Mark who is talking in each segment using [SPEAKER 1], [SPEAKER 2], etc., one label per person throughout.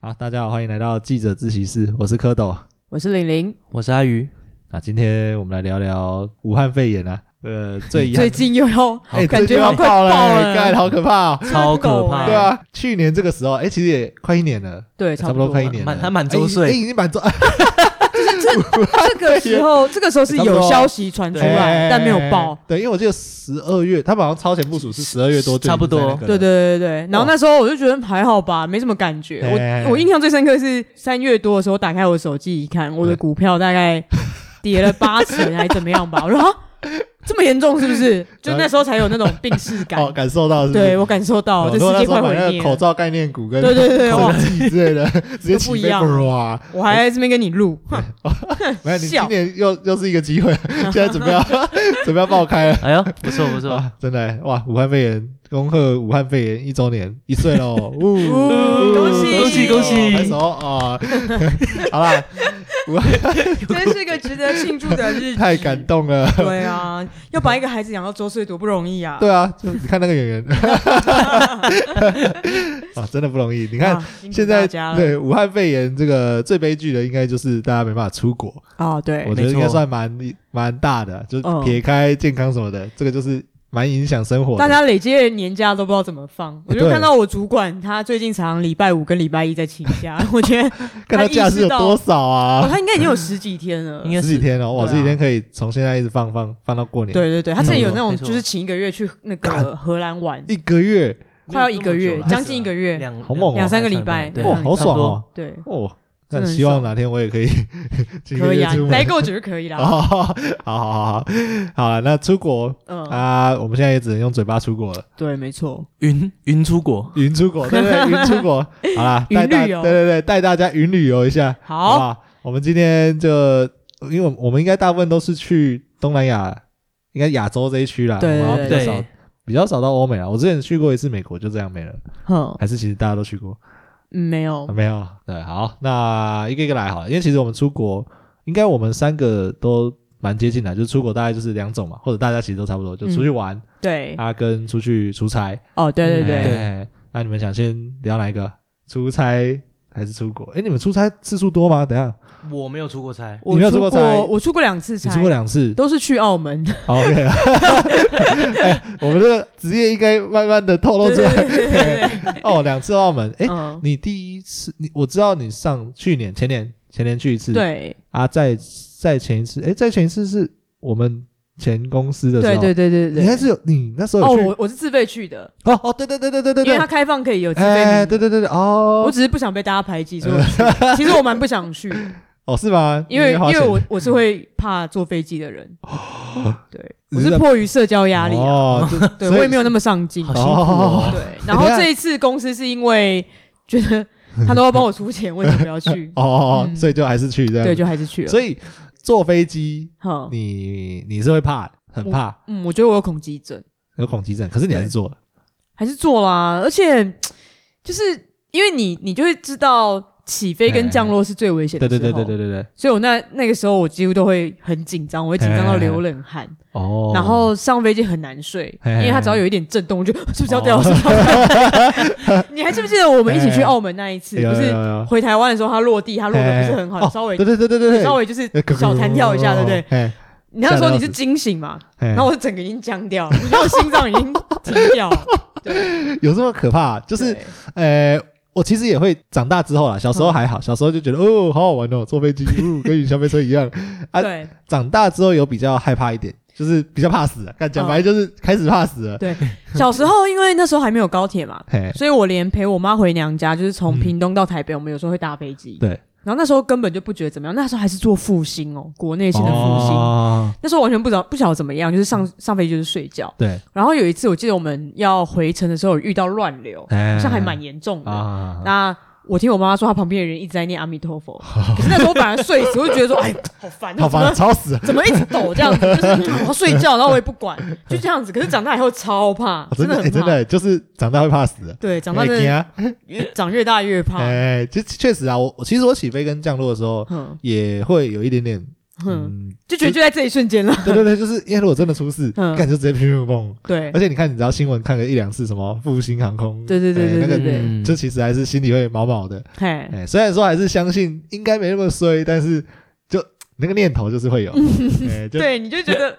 [SPEAKER 1] 好，大家好，欢迎来到记者自习室，我是蝌蚪。
[SPEAKER 2] 我是玲玲，
[SPEAKER 3] 我是 阿鱼，
[SPEAKER 1] 那今天我们来聊聊武汉肺炎啊， 呃，最遗憾
[SPEAKER 2] 最，近又要
[SPEAKER 1] 哎
[SPEAKER 2] 感
[SPEAKER 1] 最近
[SPEAKER 2] 觉
[SPEAKER 1] 要
[SPEAKER 2] 好快
[SPEAKER 1] 爆
[SPEAKER 2] 爆了
[SPEAKER 1] 干好可怕哦。
[SPEAKER 3] 超可怕，
[SPEAKER 1] 对啊，去年这个时候，哎，其实也快一年了，
[SPEAKER 2] 对，
[SPEAKER 1] 差
[SPEAKER 2] 不
[SPEAKER 1] 不多快一
[SPEAKER 2] 了
[SPEAKER 1] 年了，
[SPEAKER 3] 满他满
[SPEAKER 1] 哎
[SPEAKER 3] 周岁
[SPEAKER 1] 哎，已经满周，
[SPEAKER 2] 这个时候，这个时候是有消息传出来，
[SPEAKER 1] 哎
[SPEAKER 2] 但没有报。。
[SPEAKER 1] 对，因为我记得十二月，他们好像超前部署是十二月多，
[SPEAKER 3] 差不多
[SPEAKER 2] 对对。对对对，然后那时候我就觉得还好吧，没什么感
[SPEAKER 1] 哎
[SPEAKER 2] 觉。我我印象最深刻是三月多的时候，打开我手机一看，我的股票 大概跌了八成还怎么样吧，我说啊这么严重是不是？就那时候才有那种病逝感
[SPEAKER 1] 哦，，感受到是不是
[SPEAKER 2] 对我感受到
[SPEAKER 1] 哦
[SPEAKER 2] 这
[SPEAKER 1] 如果
[SPEAKER 2] 世
[SPEAKER 1] 那
[SPEAKER 2] 界
[SPEAKER 1] 时候
[SPEAKER 2] 快
[SPEAKER 1] 买那
[SPEAKER 2] 毁
[SPEAKER 1] 个
[SPEAKER 2] 灭
[SPEAKER 1] 口
[SPEAKER 2] 了。
[SPEAKER 1] 罩概念股跟
[SPEAKER 2] 对对 对，
[SPEAKER 1] 科
[SPEAKER 2] 哇！
[SPEAKER 1] 技之类的，直接
[SPEAKER 2] 都不
[SPEAKER 1] 起
[SPEAKER 2] 一
[SPEAKER 1] 飞
[SPEAKER 2] 样了
[SPEAKER 1] 哇！
[SPEAKER 2] 我还在这边跟你录，哼
[SPEAKER 1] 没有，你今
[SPEAKER 2] 笑
[SPEAKER 1] 年又又是一个 机会，现在准备要 准备要爆开了。
[SPEAKER 3] 哎呦，不错不错，
[SPEAKER 1] 哇，真的欸哇！武汉肺炎恭贺武汉肺炎一周年一岁喽！ 呜
[SPEAKER 2] 呜恭喜
[SPEAKER 3] 恭喜恭喜
[SPEAKER 1] 拍手啊！ 好啦，
[SPEAKER 2] 真是个值得庆祝的日 子。
[SPEAKER 1] 太感动了。
[SPEAKER 2] 对啊，要把一个孩子养到周岁多不容易啊！
[SPEAKER 1] 对啊，就你看那个演员， 啊，真的不容易。你
[SPEAKER 2] 你
[SPEAKER 1] 看现在
[SPEAKER 2] 家了
[SPEAKER 1] 对武汉肺炎这个最悲剧的，应该就是大家没办法出国。
[SPEAKER 2] 啊，对
[SPEAKER 1] 我觉得
[SPEAKER 3] 哎没
[SPEAKER 1] 应
[SPEAKER 3] 错
[SPEAKER 1] 该算蛮蛮大的，就
[SPEAKER 2] 嗯
[SPEAKER 1] 撇开健康什么的，这个就是蛮影响生活的。
[SPEAKER 2] 大家累积的年假都不知道怎么放。我就
[SPEAKER 1] 哎对
[SPEAKER 2] 看到我主管他最近常礼拜五跟礼拜一在请假， 我觉得
[SPEAKER 1] 看他假日有多少
[SPEAKER 2] 哦
[SPEAKER 1] 啊？
[SPEAKER 2] 他应该已经有十几天了
[SPEAKER 3] 应。该
[SPEAKER 1] 十几
[SPEAKER 3] 是
[SPEAKER 1] 天哦，哇，
[SPEAKER 2] 对啊
[SPEAKER 1] 十几天可以从现在一直放放放到过年，，
[SPEAKER 2] 对对对，他之前有那种
[SPEAKER 3] 没错
[SPEAKER 2] 就是请一个月去那个荷兰玩，
[SPEAKER 1] 一个月
[SPEAKER 2] 快要一个
[SPEAKER 3] 没有这
[SPEAKER 2] 月，
[SPEAKER 3] 么久了
[SPEAKER 2] 将近一个月。
[SPEAKER 3] 两
[SPEAKER 1] 好猛哦
[SPEAKER 2] 两三个礼拜
[SPEAKER 3] 对，
[SPEAKER 1] 哇，好
[SPEAKER 3] 差不
[SPEAKER 1] 爽
[SPEAKER 3] 多
[SPEAKER 1] 哦，
[SPEAKER 2] 对，
[SPEAKER 1] 哦，
[SPEAKER 2] 真
[SPEAKER 1] 那
[SPEAKER 2] 的很
[SPEAKER 1] 希望
[SPEAKER 2] 爽
[SPEAKER 1] 哪天我也可 以这
[SPEAKER 2] 可
[SPEAKER 1] 个
[SPEAKER 2] 以
[SPEAKER 1] 月
[SPEAKER 2] 啊
[SPEAKER 1] 出，门
[SPEAKER 2] 来啊够就可以啦。
[SPEAKER 1] 哦，好好好好好，好了，那出国
[SPEAKER 2] 嗯，
[SPEAKER 1] 啊，我们现在也只能用嘴巴出国了，
[SPEAKER 2] 对，没错。
[SPEAKER 3] 云云出国，
[SPEAKER 1] 云出 国，对不对？云出国，好啦，
[SPEAKER 2] 云
[SPEAKER 1] 带大，
[SPEAKER 2] 旅游
[SPEAKER 1] 对对对，带大家云旅游一下，好不
[SPEAKER 2] 好，
[SPEAKER 1] 好？我们今天就，因为我们我们应该大部分都是去东南亚，应该亚洲这一区啦，
[SPEAKER 2] 对
[SPEAKER 1] 然后比较
[SPEAKER 3] 对，
[SPEAKER 1] 少比较少到欧美啊啦。我之前去过一次美国，就这样没了。
[SPEAKER 2] 哼，嗯
[SPEAKER 1] 还是其实大家都去过？
[SPEAKER 2] 没有
[SPEAKER 1] 啊、，没有。对，好，那一个一个来好了，因为其实我们出国，应该我们三个都蛮接近的，就是出国大概就是两种嘛，或者大家其实都差不多，就出去玩、
[SPEAKER 2] 嗯对，
[SPEAKER 1] 啊，跟出去出差。
[SPEAKER 2] 哦，对对对，
[SPEAKER 1] 哎那你们想先聊哪一个？出差还是出国？哎，你们出差次数多吗？等一下，
[SPEAKER 3] 我没有出过差，
[SPEAKER 1] 你
[SPEAKER 2] 我
[SPEAKER 1] 没有出
[SPEAKER 2] 出
[SPEAKER 1] 过
[SPEAKER 2] 过
[SPEAKER 1] 差
[SPEAKER 2] 我出过两次
[SPEAKER 1] 你
[SPEAKER 2] 差
[SPEAKER 1] 出，过两次，
[SPEAKER 2] 都是去澳门。
[SPEAKER 1] 好，OK，哎我们这个职业应该慢慢的透露出来。哦，两次澳门，哎、
[SPEAKER 2] 嗯，
[SPEAKER 1] 你第一次，你我知道你上去年、前年、前年去一次，
[SPEAKER 2] 对
[SPEAKER 1] 啊，再再前一次，哎、再前一次是我们前公司的时
[SPEAKER 2] 对
[SPEAKER 1] 候，
[SPEAKER 2] 对
[SPEAKER 1] 对
[SPEAKER 2] 对对
[SPEAKER 1] 你还
[SPEAKER 2] 对。
[SPEAKER 1] 是有，你那时候
[SPEAKER 2] 哦，
[SPEAKER 1] 有去，
[SPEAKER 2] 我我是自费去的，
[SPEAKER 1] 哦哦，对对对对对对
[SPEAKER 2] 因为
[SPEAKER 1] 对
[SPEAKER 2] 它，开放可以有自费
[SPEAKER 1] 哎、
[SPEAKER 2] 名额
[SPEAKER 1] 对对对对，
[SPEAKER 2] 我
[SPEAKER 1] 哦
[SPEAKER 2] 只是不想被大家排挤，所以我去其实我蛮不想去的，
[SPEAKER 1] 哦是吗？
[SPEAKER 2] 因为
[SPEAKER 1] 你花
[SPEAKER 2] 因
[SPEAKER 1] 钱
[SPEAKER 2] 为我我是会怕坐飞机的人，对，
[SPEAKER 1] 你
[SPEAKER 2] 我
[SPEAKER 1] 是
[SPEAKER 2] 是
[SPEAKER 1] 在
[SPEAKER 2] 迫于社交压力啊，
[SPEAKER 1] 哦，这
[SPEAKER 2] 对
[SPEAKER 1] 所以
[SPEAKER 2] 我也没有那么上进
[SPEAKER 3] 好，辛苦
[SPEAKER 1] 哦？
[SPEAKER 3] 哦，
[SPEAKER 2] 对。然后这一次公司是因为觉得他都要帮我出钱，为什么要去
[SPEAKER 1] 哦哦，
[SPEAKER 2] 嗯
[SPEAKER 1] 所以就还是去这样，
[SPEAKER 2] 对，就还是去了。嗯
[SPEAKER 1] 所以坐飞机，
[SPEAKER 2] 哼，
[SPEAKER 1] 你你是会怕，很怕。
[SPEAKER 2] 嗯，我觉得我有恐惧症。
[SPEAKER 1] 有恐惧症，可是你还是做了。
[SPEAKER 2] 还是做啦，而且就是因为你，你就会知道起飞跟降落是最危险
[SPEAKER 1] 对
[SPEAKER 2] 的时
[SPEAKER 1] 对
[SPEAKER 2] 候，
[SPEAKER 1] 对对对对对。
[SPEAKER 2] 所以我那那个时候我几乎都会很紧张，我会紧张到流冷汗，
[SPEAKER 1] 哦
[SPEAKER 2] 然后上飞机很难睡，
[SPEAKER 1] 嘿嘿嘿
[SPEAKER 2] 因为它只要有一点震动，我就 是不是要掉下来？
[SPEAKER 1] 哦
[SPEAKER 2] 你还记不记得我们一起去澳门那一次，
[SPEAKER 1] 有
[SPEAKER 2] 不
[SPEAKER 1] 有
[SPEAKER 2] 是
[SPEAKER 1] 有有
[SPEAKER 2] 回台湾的时候，它落地它落的不是很
[SPEAKER 1] 哦
[SPEAKER 2] 好，稍微
[SPEAKER 1] 对对对对哎对，
[SPEAKER 2] 稍 微就是
[SPEAKER 1] 对
[SPEAKER 2] 小弹跳一下，对不对？？
[SPEAKER 1] 哎，
[SPEAKER 2] 你那时
[SPEAKER 1] 吓
[SPEAKER 2] 候
[SPEAKER 1] 到
[SPEAKER 2] 你是惊醒嘛，
[SPEAKER 1] 然
[SPEAKER 2] 然后我整个已经僵掉了，我觉得我心脏已经停掉了，
[SPEAKER 1] 有这么可怕？ 就是
[SPEAKER 2] 对嗯
[SPEAKER 1] 呃，我其实也会长大之后啦，小时候还好，小时候就觉得哦，好好玩哦，坐飞机， 哦，跟云霄飞车一样。啊
[SPEAKER 2] 对。
[SPEAKER 1] 长大之后有比较害怕一点，就是比较怕死了。干
[SPEAKER 2] 哦
[SPEAKER 1] 讲白就是开始怕死 了。
[SPEAKER 2] 对，小时候因为那时候还没有高铁嘛，
[SPEAKER 1] 嘿，
[SPEAKER 2] 所以我连陪我妈回娘家，就是从
[SPEAKER 1] 嗯
[SPEAKER 2] 屏东到台北，我们有时候会搭飞机。
[SPEAKER 1] 对，
[SPEAKER 2] 然后那时候根本就不觉得怎么样，那时候还是做复兴哦，国内型的复兴。
[SPEAKER 1] 哦，
[SPEAKER 2] 那时候完全不知道不晓得怎么样，就是上上飞机就是睡觉。
[SPEAKER 1] 对，
[SPEAKER 2] 然后有一次我记得我们要回程的时候有遇到乱流，
[SPEAKER 1] 好
[SPEAKER 2] 好像还蛮严重的。
[SPEAKER 1] 哎啊。
[SPEAKER 2] 那我听我妈妈说，她旁边的人一直在念阿弥 陀佛，可是那时候我反而睡死，我就觉得说，哎，好烦，
[SPEAKER 1] 好
[SPEAKER 2] 怎么
[SPEAKER 1] 烦，吵死 了！
[SPEAKER 2] 怎么一直抖这样子，就是我要睡觉，然后我也不管，就这样子。可是长大以后超怕，
[SPEAKER 1] 真
[SPEAKER 2] 的
[SPEAKER 1] 的，哎
[SPEAKER 2] 很
[SPEAKER 1] 真
[SPEAKER 2] 怕。
[SPEAKER 1] 的，哎啊就是长大会怕死了。
[SPEAKER 2] 对，长大真
[SPEAKER 1] 会
[SPEAKER 2] 的
[SPEAKER 1] 怕
[SPEAKER 2] 越长越大越怕。
[SPEAKER 1] 哎，其实确实啊，我我其实我起飞跟降落的时候
[SPEAKER 2] 嗯，
[SPEAKER 1] 也会有一点点
[SPEAKER 2] 哼，
[SPEAKER 1] 嗯，哎
[SPEAKER 2] 就觉得就在这一瞬间了。
[SPEAKER 1] 对对对，就是因为如果真的出事，
[SPEAKER 2] 嗯
[SPEAKER 1] 干就直接乒乒乓
[SPEAKER 2] 对
[SPEAKER 1] 乓。而且你看，你只要新闻看个一两次，什么复兴航空，
[SPEAKER 2] 对对对
[SPEAKER 1] 哎
[SPEAKER 2] 对
[SPEAKER 1] 那
[SPEAKER 2] 对
[SPEAKER 1] 个
[SPEAKER 2] 对，
[SPEAKER 1] 就其实还是心里会毛毛的。
[SPEAKER 2] 嘿，
[SPEAKER 1] 哎，虽然说还是相信应该没那么衰，但是就那个念头就是会有，哎，就
[SPEAKER 2] 对，你就觉得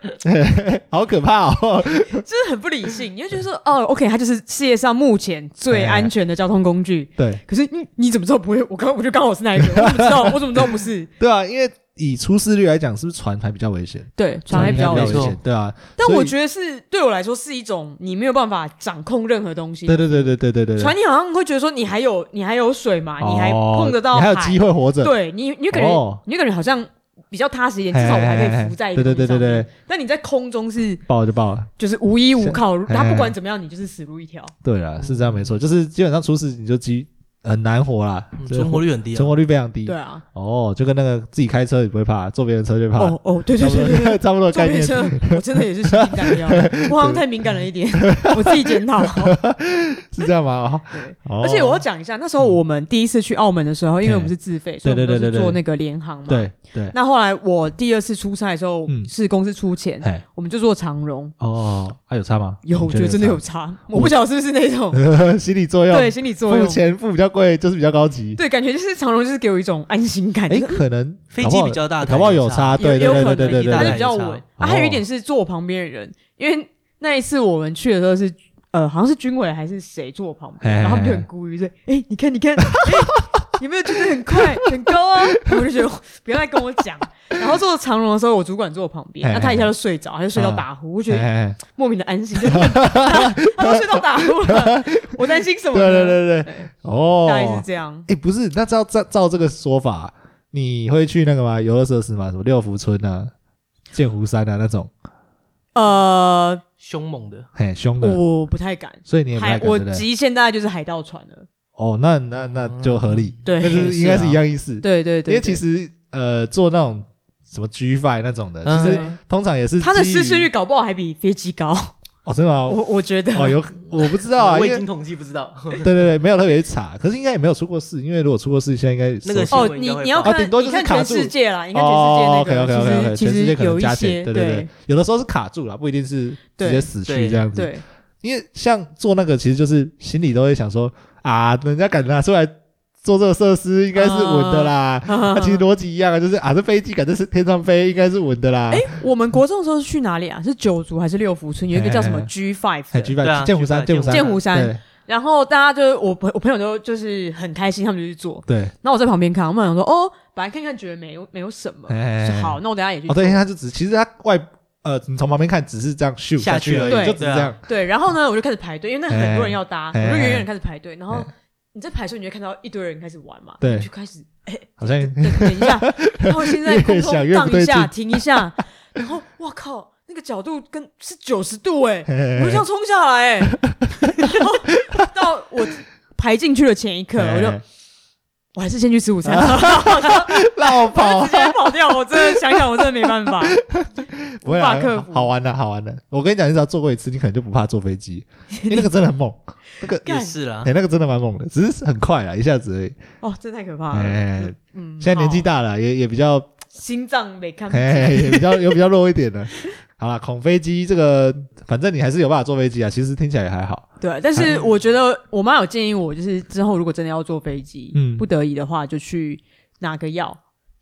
[SPEAKER 1] 好可怕哦。
[SPEAKER 2] 就是很不理性，你就觉得说，哦，OK，它就是世界上目前最安全的交通工具。
[SPEAKER 1] 对
[SPEAKER 2] 可是你你怎么知道不会？我刚我就刚好是 那一个，我怎么知道？我怎么知道不是？
[SPEAKER 1] 对啊，因为以出事率来讲，是不是船还比较危险？
[SPEAKER 2] 对，船还比较
[SPEAKER 1] 应该
[SPEAKER 2] 危
[SPEAKER 1] 比
[SPEAKER 2] 险。
[SPEAKER 1] 较危
[SPEAKER 3] 没
[SPEAKER 1] 险，对啊。
[SPEAKER 2] 但
[SPEAKER 1] 所以
[SPEAKER 2] 我觉得是对我来说是一种你没有办法掌控任何东西。
[SPEAKER 1] 对对对对对对对对，
[SPEAKER 2] 船你好像会觉得说你还有你还有水嘛，你还
[SPEAKER 1] 哦
[SPEAKER 2] 碰得到
[SPEAKER 1] 你还
[SPEAKER 2] 海，
[SPEAKER 1] 有机会活着。
[SPEAKER 2] 对你你就感觉、
[SPEAKER 1] 哦
[SPEAKER 2] 你就感觉好像比较踏实一点，
[SPEAKER 1] 嘿
[SPEAKER 2] 至少我还可
[SPEAKER 1] 嘿
[SPEAKER 2] 以
[SPEAKER 1] 嘿
[SPEAKER 2] 浮在一个
[SPEAKER 1] 对对对
[SPEAKER 2] 东
[SPEAKER 1] 对
[SPEAKER 2] 西上面
[SPEAKER 1] 对，
[SPEAKER 2] 但你在空中是
[SPEAKER 1] 爆了就爆了。
[SPEAKER 2] 就是无依无靠，
[SPEAKER 1] 嘿
[SPEAKER 2] 它不管怎么样你就是死路一条。
[SPEAKER 1] 对啦，是这样没错，就是基本上出事你就基很难活啦，
[SPEAKER 3] 嗯
[SPEAKER 1] 就是
[SPEAKER 3] 存活率很低啊
[SPEAKER 1] 存。活率非常低。
[SPEAKER 2] 对啊，
[SPEAKER 1] 哦，就跟那个自己开车也不会怕，坐别人车就怕，
[SPEAKER 2] 哦哦，对
[SPEAKER 1] 差
[SPEAKER 2] 对
[SPEAKER 1] 不
[SPEAKER 2] 对对对
[SPEAKER 1] 多差不多的
[SPEAKER 2] 坐
[SPEAKER 1] 概
[SPEAKER 2] 电
[SPEAKER 1] 念。
[SPEAKER 2] 车，我真的也是心敏 感掉，我好像太敏感了一点，我自己检讨。
[SPEAKER 1] 是这样吗？
[SPEAKER 2] 对
[SPEAKER 1] 哦，
[SPEAKER 2] 而且我要讲一下，那时候我们第一次去澳门的时候，因为我们是自费，所以我们都
[SPEAKER 1] 嗯对对
[SPEAKER 2] 是
[SPEAKER 1] 对对
[SPEAKER 2] 坐那个联航嘛。。
[SPEAKER 1] 对对，
[SPEAKER 2] 那后来我第二次出差的时候，
[SPEAKER 1] 嗯
[SPEAKER 2] 是公司出钱，
[SPEAKER 1] 嘿，
[SPEAKER 2] 我们就坐长荣。
[SPEAKER 1] 哦，还有差吗？
[SPEAKER 2] 有，我
[SPEAKER 1] 你
[SPEAKER 2] 觉得真的有差，我不晓得是不是那种
[SPEAKER 1] 差 心理作用，
[SPEAKER 2] 对心理作
[SPEAKER 1] 付
[SPEAKER 2] 用。
[SPEAKER 1] 钱付比较贵就是比较高级。
[SPEAKER 2] 对，感觉就是长荣就是给我一种安心感，
[SPEAKER 1] 哎，
[SPEAKER 2] 就是
[SPEAKER 1] 可能
[SPEAKER 3] 飞
[SPEAKER 1] 搞不
[SPEAKER 3] 机
[SPEAKER 1] 好
[SPEAKER 3] 比较大，
[SPEAKER 1] 搞不好有差，
[SPEAKER 2] 有
[SPEAKER 1] 啊对对
[SPEAKER 2] 有
[SPEAKER 1] 对
[SPEAKER 2] 可能
[SPEAKER 1] 对对对
[SPEAKER 2] 打
[SPEAKER 3] 大
[SPEAKER 2] 的
[SPEAKER 3] 概
[SPEAKER 1] 对
[SPEAKER 2] 比较
[SPEAKER 3] 有差
[SPEAKER 2] 稳。啊，还有一点是坐我旁边的人，因为那一次我们去的时候是。呃，好像是军委还是谁坐我旁边，
[SPEAKER 1] 嘿
[SPEAKER 2] 然后他们就
[SPEAKER 1] 嘿
[SPEAKER 2] 很故意说：“哎、你看，你看，哎有没有觉得很快很高啊？”我就觉得不要再跟我讲。然后坐长荣的时候，我主管坐我旁边，
[SPEAKER 1] 嘿
[SPEAKER 2] 那他一下就睡着，他就睡到
[SPEAKER 1] 啊
[SPEAKER 2] 打呼，我觉
[SPEAKER 1] 嘿，
[SPEAKER 2] 得
[SPEAKER 1] 嘿嘿
[SPEAKER 2] 莫名的安 心，就他都睡到打呼了，我担心什么
[SPEAKER 1] 对对
[SPEAKER 2] 呢？
[SPEAKER 1] 对对，哦，
[SPEAKER 2] 大概是这样。
[SPEAKER 1] 哎，不是，那照照照这个说法，你会去那个吗？游乐设施吗？什么六福村啊、剑湖山啊那种，
[SPEAKER 2] 呃，
[SPEAKER 3] 凶猛的，
[SPEAKER 1] 很凶的，
[SPEAKER 2] 我不太敢，
[SPEAKER 1] 所以你也不
[SPEAKER 2] 海
[SPEAKER 1] 太敢，
[SPEAKER 2] 我
[SPEAKER 1] 对不对？
[SPEAKER 2] 极限大概就是海盗船了。
[SPEAKER 1] 哦，那那那就合理，
[SPEAKER 2] 嗯对啊
[SPEAKER 1] 那就是应该是一样意思。
[SPEAKER 2] 对对对，
[SPEAKER 1] 因为其
[SPEAKER 2] 对
[SPEAKER 1] 实呃，做那种什么 G Five 那种的，
[SPEAKER 3] 嗯
[SPEAKER 1] 其实通常也是
[SPEAKER 2] 他的
[SPEAKER 1] 基于
[SPEAKER 2] 失事率搞不好还比飞机高，
[SPEAKER 1] 哦，真的吗？
[SPEAKER 2] 我我觉得。
[SPEAKER 1] 哦，有我不知道啊，
[SPEAKER 3] 我已
[SPEAKER 1] 因为
[SPEAKER 3] 经统计不知道。
[SPEAKER 1] 对对对，没有特别去查，可是应该也没有出过事，因为如果出过事，现在应该
[SPEAKER 3] 那个
[SPEAKER 1] 搜
[SPEAKER 2] 哦
[SPEAKER 3] 新，闻应
[SPEAKER 2] 你
[SPEAKER 3] 该会
[SPEAKER 2] 你要
[SPEAKER 1] 报
[SPEAKER 2] 看，
[SPEAKER 1] 啊顶多就
[SPEAKER 2] 你
[SPEAKER 1] 是
[SPEAKER 2] 看
[SPEAKER 1] 卡
[SPEAKER 2] 全
[SPEAKER 1] 住
[SPEAKER 2] 世界啦，你看
[SPEAKER 1] 哦
[SPEAKER 2] 全世界
[SPEAKER 1] ，OK
[SPEAKER 2] 那
[SPEAKER 1] OK
[SPEAKER 2] 个，
[SPEAKER 1] OK OK，
[SPEAKER 2] 其
[SPEAKER 1] 全世
[SPEAKER 2] 实
[SPEAKER 1] 界
[SPEAKER 2] 其
[SPEAKER 1] 可
[SPEAKER 2] 实
[SPEAKER 1] 能
[SPEAKER 2] 有一
[SPEAKER 1] 加
[SPEAKER 2] 些
[SPEAKER 1] 减，对对，有的时候是卡住了，不一定是直接
[SPEAKER 2] 对
[SPEAKER 1] 死去
[SPEAKER 3] 对
[SPEAKER 1] 这样子。
[SPEAKER 2] 对
[SPEAKER 1] 因为像做那个，其实就是心里都会想说啊，人家敢拿出来做这个设施，应该是稳的啦。那、
[SPEAKER 2] 对。
[SPEAKER 1] 其实逻辑一样啊，就是啊，这飞机敢在是天上飞，应该是稳的啦。
[SPEAKER 2] 哎，我们国中的时候是去哪里啊？是九族还是六福村？有一个叫什么
[SPEAKER 1] 哎哎哎
[SPEAKER 2] G Five
[SPEAKER 1] 哎，举办
[SPEAKER 2] 的，
[SPEAKER 3] 对啊
[SPEAKER 1] 剑湖山，
[SPEAKER 3] 剑
[SPEAKER 1] 剑
[SPEAKER 3] 湖
[SPEAKER 1] 湖
[SPEAKER 3] 山
[SPEAKER 1] 山，
[SPEAKER 2] 剑湖山。
[SPEAKER 1] 对
[SPEAKER 2] 然后大家就我朋我朋友都就是很开心，他们就去做。
[SPEAKER 1] 对，
[SPEAKER 2] 然后我在旁边看，我们想说哦，本来看看觉得没有没有什么，
[SPEAKER 1] 哎哎哎
[SPEAKER 2] 说呃好，那我等一下也去
[SPEAKER 1] 哦，
[SPEAKER 2] 做。
[SPEAKER 1] 对，因为它就只其实它外呃，你从旁边看只是这样咻
[SPEAKER 3] 下去
[SPEAKER 1] 去而
[SPEAKER 2] 而
[SPEAKER 1] 已，
[SPEAKER 2] 已
[SPEAKER 1] 就只是这样。
[SPEAKER 2] 对，啊然后呢，我就开始排队，因为那很多人要搭，
[SPEAKER 1] 哎哎
[SPEAKER 2] 我就远远地开始排队。然后
[SPEAKER 1] 哎
[SPEAKER 2] 你在排队，你就会看到一堆人开始玩嘛，
[SPEAKER 1] 对
[SPEAKER 2] 你就开始哎，
[SPEAKER 1] 好像
[SPEAKER 2] 等等等一下，然后现在空
[SPEAKER 1] 越想
[SPEAKER 2] 中
[SPEAKER 1] 越不
[SPEAKER 2] 荡
[SPEAKER 1] 对
[SPEAKER 2] 一
[SPEAKER 1] 劲
[SPEAKER 2] 下，停一下，然后哇靠，那个角度跟是九十度哎、
[SPEAKER 1] 嘿嘿嘿
[SPEAKER 2] 我就这样冲下来、欸， 然后到我排进去的前一刻，我就
[SPEAKER 1] 哎
[SPEAKER 2] 我还是先去吃 午餐， 我就
[SPEAKER 1] 绕
[SPEAKER 2] 我就
[SPEAKER 1] 跑啊
[SPEAKER 2] 直，接跑掉。我真的想想，我真的没 办法。
[SPEAKER 1] 不会
[SPEAKER 2] 无法克
[SPEAKER 1] 啊，
[SPEAKER 2] 服
[SPEAKER 1] 好玩的，好玩的。我跟你讲，你只要坐过一次，你可能就不怕坐飞 机，因为那个真的很猛，那个
[SPEAKER 2] 干
[SPEAKER 3] 也是啦
[SPEAKER 1] 哎，，那个真的蛮猛的，只是很快啊，一下子而已。
[SPEAKER 2] 哦，真的太可怕了。
[SPEAKER 1] 哎，
[SPEAKER 2] 嗯，
[SPEAKER 1] 现在年纪
[SPEAKER 2] 好
[SPEAKER 1] 大了，也也比较
[SPEAKER 2] 心脏没看不见
[SPEAKER 1] 哎，也比较有比较弱一点的。好啦，恐飞机这个，反正你还是有办法坐飞机啊。其实听起来也还好。
[SPEAKER 2] 对，啊但是我觉得我妈有建议我，就是之后如果真的要坐飞机，
[SPEAKER 1] 嗯
[SPEAKER 2] 不得已的话就去拿个药，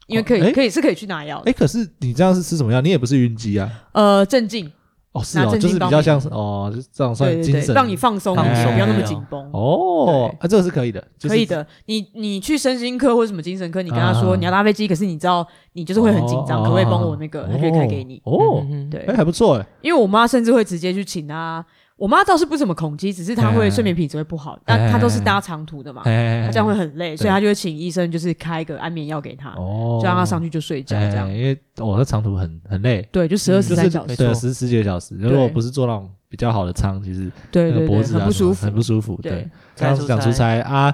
[SPEAKER 2] 因为可以、
[SPEAKER 1] 哦哎
[SPEAKER 2] 可以是可以去拿药的
[SPEAKER 1] 哎，可是你这样是吃什么药？你也不是晕机啊。
[SPEAKER 2] 呃，镇静，
[SPEAKER 1] 哦，是
[SPEAKER 2] 拿
[SPEAKER 1] 哦，
[SPEAKER 2] 镇
[SPEAKER 1] 就是比
[SPEAKER 2] 静帮
[SPEAKER 1] 较
[SPEAKER 2] 你
[SPEAKER 1] 像是哦，就这样算
[SPEAKER 2] 对
[SPEAKER 1] 精
[SPEAKER 2] 对对，
[SPEAKER 1] 神
[SPEAKER 2] 让你放松一
[SPEAKER 1] 放
[SPEAKER 2] 点，
[SPEAKER 1] 松
[SPEAKER 2] 不要那么
[SPEAKER 3] 哎
[SPEAKER 2] 紧绷。
[SPEAKER 1] 哦，啊，这个是可以的，就是
[SPEAKER 2] 可以的，你你去身心科或者什么精神科，你跟他说
[SPEAKER 1] 啊
[SPEAKER 2] 你要搭飞机，可是你知道你就是会很紧张，
[SPEAKER 1] 哦
[SPEAKER 2] 可不可以帮我那个，
[SPEAKER 1] 哦
[SPEAKER 2] 他就会开给你。
[SPEAKER 1] 哦，
[SPEAKER 3] 嗯，
[SPEAKER 2] 对
[SPEAKER 1] 哎，，还不错哎，
[SPEAKER 2] 因为我妈甚至会直接去请她，我妈倒是不怎么恐机，只是她会睡眠品质会不好，但她都是搭长途的嘛，
[SPEAKER 1] 哎，
[SPEAKER 2] 啊她这样会很累，
[SPEAKER 1] 对
[SPEAKER 2] 所以她就会请医生就是开个安眠药给她，
[SPEAKER 1] 哦，
[SPEAKER 2] 就让她上去就睡觉这样
[SPEAKER 1] 哎。因为我那长途很很累，
[SPEAKER 2] 对，就十二
[SPEAKER 3] 嗯
[SPEAKER 2] 十
[SPEAKER 1] 就是哎
[SPEAKER 2] 三小时，
[SPEAKER 1] 对十十几个小时。如果
[SPEAKER 2] 对
[SPEAKER 1] 不是坐那种比较好的舱，其实
[SPEAKER 2] 对
[SPEAKER 1] 那个
[SPEAKER 2] 对对，
[SPEAKER 1] 脖子
[SPEAKER 2] 很
[SPEAKER 1] 啊
[SPEAKER 2] 不
[SPEAKER 1] 什么的
[SPEAKER 2] 舒服
[SPEAKER 1] 很。不舒服。
[SPEAKER 2] 对
[SPEAKER 1] 对，刚刚讲出差啊，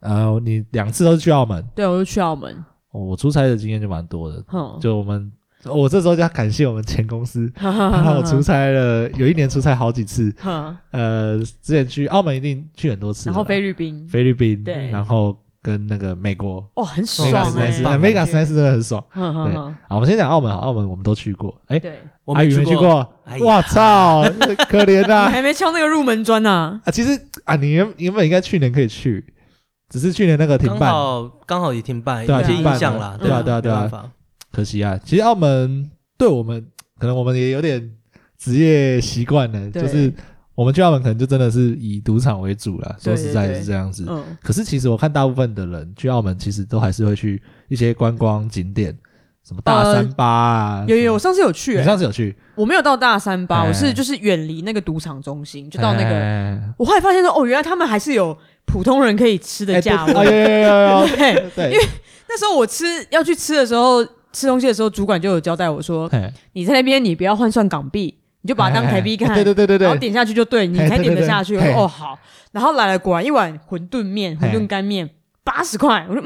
[SPEAKER 1] 呃，你两次都是去澳门，
[SPEAKER 2] 对，我就去澳门，
[SPEAKER 1] 哦我出差的经验就蛮多的。
[SPEAKER 2] 哼，
[SPEAKER 1] 就我们，我这时候就要感谢我们前公 司，
[SPEAKER 2] 哈哈
[SPEAKER 1] 他
[SPEAKER 2] 啊哈
[SPEAKER 1] 让我
[SPEAKER 2] 哈
[SPEAKER 1] 出差了，有一年出差好几次。
[SPEAKER 2] 哈，
[SPEAKER 1] 呃，之前去澳门一定去很多次了，
[SPEAKER 2] 然后菲律宾，
[SPEAKER 1] 菲律宾，
[SPEAKER 2] 对
[SPEAKER 1] 然后跟那个美国
[SPEAKER 2] 哇，很爽
[SPEAKER 1] Vegas
[SPEAKER 2] 哎、
[SPEAKER 1] 那次
[SPEAKER 3] 棒
[SPEAKER 2] 欸，
[SPEAKER 3] 感
[SPEAKER 1] Vegas 那次真的很爽。
[SPEAKER 2] 哼哼哼
[SPEAKER 1] 啊，我们先讲澳门好，澳门我们都去过，哎，
[SPEAKER 2] 对，
[SPEAKER 3] 我
[SPEAKER 1] 阿
[SPEAKER 3] 没
[SPEAKER 1] 宇没
[SPEAKER 3] 去
[SPEAKER 1] 去，过
[SPEAKER 3] 哎，呀
[SPEAKER 1] 我操，可怜
[SPEAKER 2] 你
[SPEAKER 1] 呐！
[SPEAKER 2] 还没敲那个入门砖呐、
[SPEAKER 1] 啊，其实啊，你原原本应该去年可以去，只是去年那个停
[SPEAKER 3] 刚
[SPEAKER 1] 办，
[SPEAKER 3] 好刚好也停办，
[SPEAKER 1] 对啊
[SPEAKER 3] 有些
[SPEAKER 2] 停办
[SPEAKER 3] 影响
[SPEAKER 1] 了
[SPEAKER 3] 啦，
[SPEAKER 1] 对啊对啊对啊
[SPEAKER 3] 没办法
[SPEAKER 1] 可惜啊。其实澳门对我们，可能我们也有点职业习惯了，
[SPEAKER 2] 对
[SPEAKER 1] 就是我们去澳门可能就真的是以赌场为主了。说
[SPEAKER 2] 对
[SPEAKER 1] 实
[SPEAKER 2] 对
[SPEAKER 1] 在
[SPEAKER 2] 对
[SPEAKER 1] 是这样子。
[SPEAKER 2] 嗯，
[SPEAKER 1] 可是其实我看大部分的人去澳门，其实都还是会去一些观光景点，什么大
[SPEAKER 2] 呃
[SPEAKER 1] 三巴啊。
[SPEAKER 2] 有有
[SPEAKER 1] 什
[SPEAKER 2] 有，
[SPEAKER 1] 么
[SPEAKER 2] 我上次有去、
[SPEAKER 1] 你
[SPEAKER 2] 欸，
[SPEAKER 1] 上次有去？
[SPEAKER 2] 我没有到大三巴，
[SPEAKER 1] 哎
[SPEAKER 2] 我是就是远离那个赌场中心，就到那个。
[SPEAKER 1] 个
[SPEAKER 2] 我后来发现说，哦，原来他们还是有普通人可以吃的价
[SPEAKER 1] 啊，
[SPEAKER 2] 位。
[SPEAKER 1] 有有有有有，
[SPEAKER 2] 对，
[SPEAKER 1] 对，
[SPEAKER 2] 那时候我吃要去吃的时候，吃东西的时候，主管就有交代我说，
[SPEAKER 1] 嘿
[SPEAKER 2] 你在那边你不要换算港币，你就把它当台币看。
[SPEAKER 1] 哎对对对对
[SPEAKER 2] 然后
[SPEAKER 1] 对，
[SPEAKER 2] 点下去就对，你才点得下去。
[SPEAKER 1] 对对对
[SPEAKER 2] 我说哦好，然后来了果然一碗馄饨面、馄
[SPEAKER 1] 嘿
[SPEAKER 2] 饨干
[SPEAKER 1] 哎
[SPEAKER 2] 面八十块，我说嗯，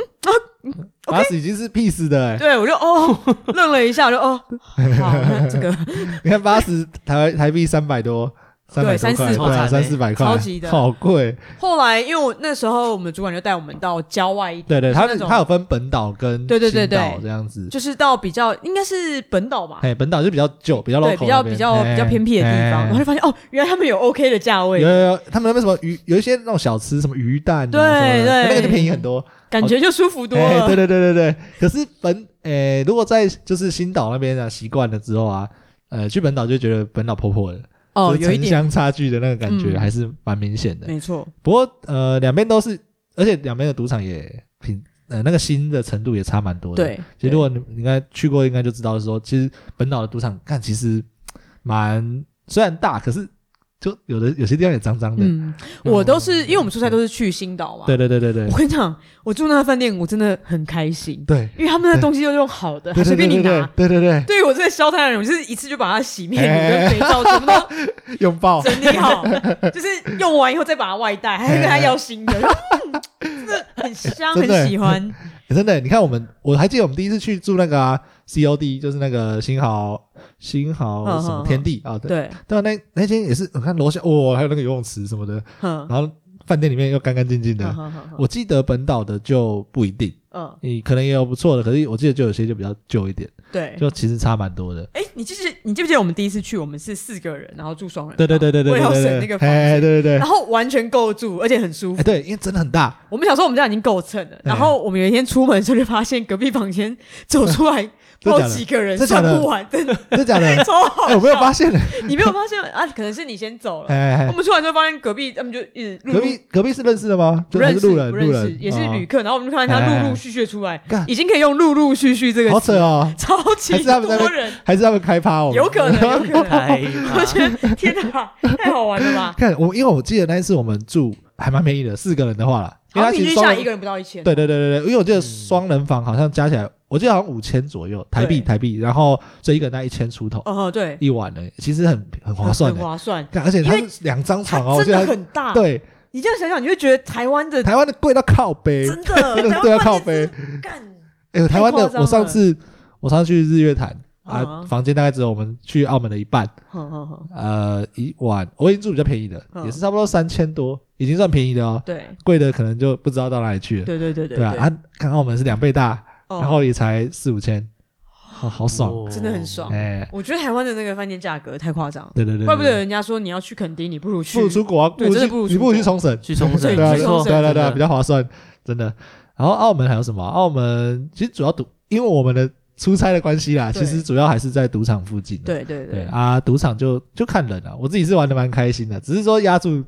[SPEAKER 1] 八十已经是屁事的哎。
[SPEAKER 2] 对我就哦 愣了一下，我就哦好，那这 个
[SPEAKER 1] 你看八十台台币三百多，三百
[SPEAKER 2] 对
[SPEAKER 1] 多
[SPEAKER 2] 三
[SPEAKER 1] 块，
[SPEAKER 2] 四
[SPEAKER 1] 对啊，
[SPEAKER 3] 超惨
[SPEAKER 1] 三
[SPEAKER 3] 欸
[SPEAKER 1] 四百块，
[SPEAKER 2] 超级的
[SPEAKER 1] 好贵。
[SPEAKER 2] 后来因为我那时候我们主管就带我们到郊外一点，
[SPEAKER 1] 对对，
[SPEAKER 2] 就是
[SPEAKER 1] 它
[SPEAKER 2] 那种
[SPEAKER 1] 它有分本岛跟
[SPEAKER 2] 对对对
[SPEAKER 1] 新岛
[SPEAKER 2] 对
[SPEAKER 1] 这样子。
[SPEAKER 2] 就是到比较应该是本岛吧，
[SPEAKER 1] 哎，本岛就比较旧，比较 local，
[SPEAKER 2] 对，比较
[SPEAKER 1] 那边
[SPEAKER 2] 比较比较偏僻的地方，然后。
[SPEAKER 1] 哎
[SPEAKER 2] 就发现哦，原来他们有 OK 的价
[SPEAKER 1] 有
[SPEAKER 2] 位，
[SPEAKER 1] 有有，他们那边什么鱼，有一些那种小吃，什么鱼蛋啊，
[SPEAKER 2] 对
[SPEAKER 1] 什么的
[SPEAKER 2] 对
[SPEAKER 1] 那个就便宜很多。
[SPEAKER 2] 感觉就舒服多
[SPEAKER 1] 哎，
[SPEAKER 2] 了
[SPEAKER 1] 对。对对对对。可是本，哎，如果在就是新岛那边啊，习惯了之后啊，呃，去本岛就觉得本岛婆婆的，
[SPEAKER 2] 哦，
[SPEAKER 1] 就是
[SPEAKER 2] 有一
[SPEAKER 1] 城
[SPEAKER 2] 点
[SPEAKER 1] 乡差距的那个感觉
[SPEAKER 2] 嗯
[SPEAKER 1] 还是蛮明显的。
[SPEAKER 2] 没错，
[SPEAKER 1] 不过呃，两边都是，而且两边的赌场也品呃那个新的程度也差蛮多的。，
[SPEAKER 2] 对，
[SPEAKER 1] 其实如果你你应该去过，应该就知道说，其实本岛的赌场看其实蛮虽然大，可是就有的有些地方也脏脏的。
[SPEAKER 2] 嗯，我都是因为我们出差都是去新岛嘛，
[SPEAKER 1] 对对对对对
[SPEAKER 2] 我跟你讲，我住那个饭店，我真的很开心，
[SPEAKER 1] 对，
[SPEAKER 2] 因为他们的东西都用好的，还
[SPEAKER 1] 对
[SPEAKER 2] 随便你拿。
[SPEAKER 1] 对对对
[SPEAKER 2] 对于我这个消摊的人，我就是一次就把它洗面乳
[SPEAKER 1] 哎
[SPEAKER 2] 跟肥皂全部都
[SPEAKER 1] 对，拥抱。
[SPEAKER 2] 整理 好，就是用完以后再把它外带，还跟他要新 的，嗯真的很香，
[SPEAKER 1] 真的
[SPEAKER 2] 很喜欢。
[SPEAKER 1] 欸真的，你看我们，我还记得我们第一次去住那个啊，COD，就是那个新豪新豪
[SPEAKER 2] 嗯
[SPEAKER 1] 什么
[SPEAKER 2] 嗯
[SPEAKER 1] 天地啊， 对
[SPEAKER 2] 对，
[SPEAKER 1] 对啊，那那间也是，我看楼下哦，还有那个游泳池什么的，
[SPEAKER 2] 嗯，
[SPEAKER 1] 然后饭店里面又干干净净的。
[SPEAKER 2] 我
[SPEAKER 1] 我记得本岛的就不一定，
[SPEAKER 2] 嗯，
[SPEAKER 1] 你可能也有不错的，可是我记得就有些就比较旧一点，
[SPEAKER 2] 对。
[SPEAKER 1] 就其实差蛮多的。
[SPEAKER 2] 哎，你记不记你记不记得我们第一次去，我们是四个人，然后住双人
[SPEAKER 1] 对对
[SPEAKER 2] 房，
[SPEAKER 1] 对对对
[SPEAKER 2] 为了要省
[SPEAKER 1] 对
[SPEAKER 2] 那
[SPEAKER 1] 对，
[SPEAKER 2] 个房间
[SPEAKER 1] 哎对对对
[SPEAKER 2] 然，后完全够住，而且很舒服
[SPEAKER 1] 哎。对，因为真的很大，
[SPEAKER 2] 我们想说我们家已经够蹭了，
[SPEAKER 1] 嗯
[SPEAKER 2] 然后我们有一天出门的时候就发现隔壁房间走出来不知道几个人，
[SPEAKER 1] 真假
[SPEAKER 2] 算
[SPEAKER 1] 的
[SPEAKER 2] 不完，真的
[SPEAKER 1] 真的 假的？
[SPEAKER 2] 超好
[SPEAKER 1] 哎，
[SPEAKER 2] 笑。
[SPEAKER 1] 我没有发现，哎
[SPEAKER 2] 你没有发现吗啊？可能是你先走了。
[SPEAKER 1] 哎，
[SPEAKER 2] 我
[SPEAKER 1] 哎
[SPEAKER 2] 们出来之后发现隔壁他们就一直陆
[SPEAKER 1] 隔壁隔壁是认识的吗？
[SPEAKER 2] 不
[SPEAKER 1] 就还是
[SPEAKER 2] 认识
[SPEAKER 1] 路人，
[SPEAKER 2] 不
[SPEAKER 1] 路
[SPEAKER 2] 认识
[SPEAKER 1] 人
[SPEAKER 2] 也是旅
[SPEAKER 1] 哦
[SPEAKER 2] 客，然后我们就看到
[SPEAKER 1] 哎哎哎
[SPEAKER 2] 他陆陆续续地出来
[SPEAKER 1] 干，
[SPEAKER 2] 已经可以用陆陆续续这
[SPEAKER 1] 好
[SPEAKER 2] 个
[SPEAKER 1] 扯
[SPEAKER 2] 词，
[SPEAKER 1] 哦，
[SPEAKER 2] 超级
[SPEAKER 1] 还是他们在那
[SPEAKER 2] 多人，
[SPEAKER 1] 还是他们开趴哦？
[SPEAKER 2] 有可能有 可能。
[SPEAKER 3] 哎呀
[SPEAKER 2] 我觉得天哪，太好玩了吧！
[SPEAKER 1] 看我，因为我记得那一次我们住还蛮便宜的，四个人的话啦， 因
[SPEAKER 2] 好
[SPEAKER 1] 为它
[SPEAKER 2] 像
[SPEAKER 1] 其
[SPEAKER 2] 平
[SPEAKER 1] 实
[SPEAKER 2] 均
[SPEAKER 1] 双
[SPEAKER 2] 下
[SPEAKER 1] 人
[SPEAKER 2] 来一个人不到一千，
[SPEAKER 1] 对对对对对，因为我记得
[SPEAKER 3] 嗯
[SPEAKER 1] 双人房好像加起来，我记得好像五千左右台币
[SPEAKER 2] 对
[SPEAKER 1] 台币，然后这一个人那一千出头
[SPEAKER 2] 哦对，
[SPEAKER 1] 一晚呢，其实很很划算
[SPEAKER 2] 很
[SPEAKER 1] 的。
[SPEAKER 2] 划算。
[SPEAKER 1] 干而且它
[SPEAKER 2] 因
[SPEAKER 1] 是两张
[SPEAKER 2] 它
[SPEAKER 1] 床哦，我
[SPEAKER 2] 真
[SPEAKER 1] 记
[SPEAKER 2] 的
[SPEAKER 1] 得它
[SPEAKER 2] 很大，
[SPEAKER 1] 对
[SPEAKER 2] 你这样想想，你会觉得台湾的
[SPEAKER 1] 台湾的贵到靠背，
[SPEAKER 2] 真 的，
[SPEAKER 1] 真的
[SPEAKER 2] 台
[SPEAKER 1] 对啊
[SPEAKER 2] 湾
[SPEAKER 1] 靠
[SPEAKER 2] 饭店
[SPEAKER 1] 背
[SPEAKER 2] 真的干，
[SPEAKER 1] 哎，台湾
[SPEAKER 2] 太
[SPEAKER 1] 的
[SPEAKER 2] 夸张
[SPEAKER 1] 我上
[SPEAKER 2] 了
[SPEAKER 1] 次我上次去日月潭啊，
[SPEAKER 2] 嗯
[SPEAKER 1] 房间大概只有我们去澳门的一半，
[SPEAKER 2] 哼哼哼，
[SPEAKER 1] 呃，一晚我已经住比较便宜的，
[SPEAKER 2] 嗯
[SPEAKER 1] 也是差不多三千多，已经算便宜的哦，
[SPEAKER 2] 对
[SPEAKER 1] 贵的可能就不知道到哪里去了。
[SPEAKER 2] 对对对对
[SPEAKER 1] 对啊，啊，看澳门是两倍大，
[SPEAKER 2] 哦
[SPEAKER 1] 然后也才四五千，好好爽，
[SPEAKER 3] 哦
[SPEAKER 2] 真的很爽
[SPEAKER 1] 哎，
[SPEAKER 2] 我觉得台湾的那个饭店价格太夸张了，
[SPEAKER 1] 对对对，
[SPEAKER 2] 怪不得人家说你要去垦丁，你不如去
[SPEAKER 1] 不如出国啊，
[SPEAKER 2] 对
[SPEAKER 1] 不如
[SPEAKER 2] 真的
[SPEAKER 1] 去
[SPEAKER 2] 不如
[SPEAKER 1] 你
[SPEAKER 2] 出
[SPEAKER 1] 不如去
[SPEAKER 2] 国
[SPEAKER 1] 冲绳，
[SPEAKER 3] 去冲绳，
[SPEAKER 2] 对
[SPEAKER 1] 对啊，
[SPEAKER 2] 去
[SPEAKER 1] 对
[SPEAKER 2] 冲绳
[SPEAKER 1] 啊对啊对啊，
[SPEAKER 3] 真
[SPEAKER 1] 比
[SPEAKER 3] 的
[SPEAKER 1] 较划算，真的。然后澳门还有什么啊？澳门其实主要赌，因为我们的出差的关系啦，
[SPEAKER 2] 对
[SPEAKER 1] 其实主要还是在赌场附近的。
[SPEAKER 2] 对对
[SPEAKER 1] 对，啊，赌场就就看人啊了。我自己是玩的蛮开心的，只是说压住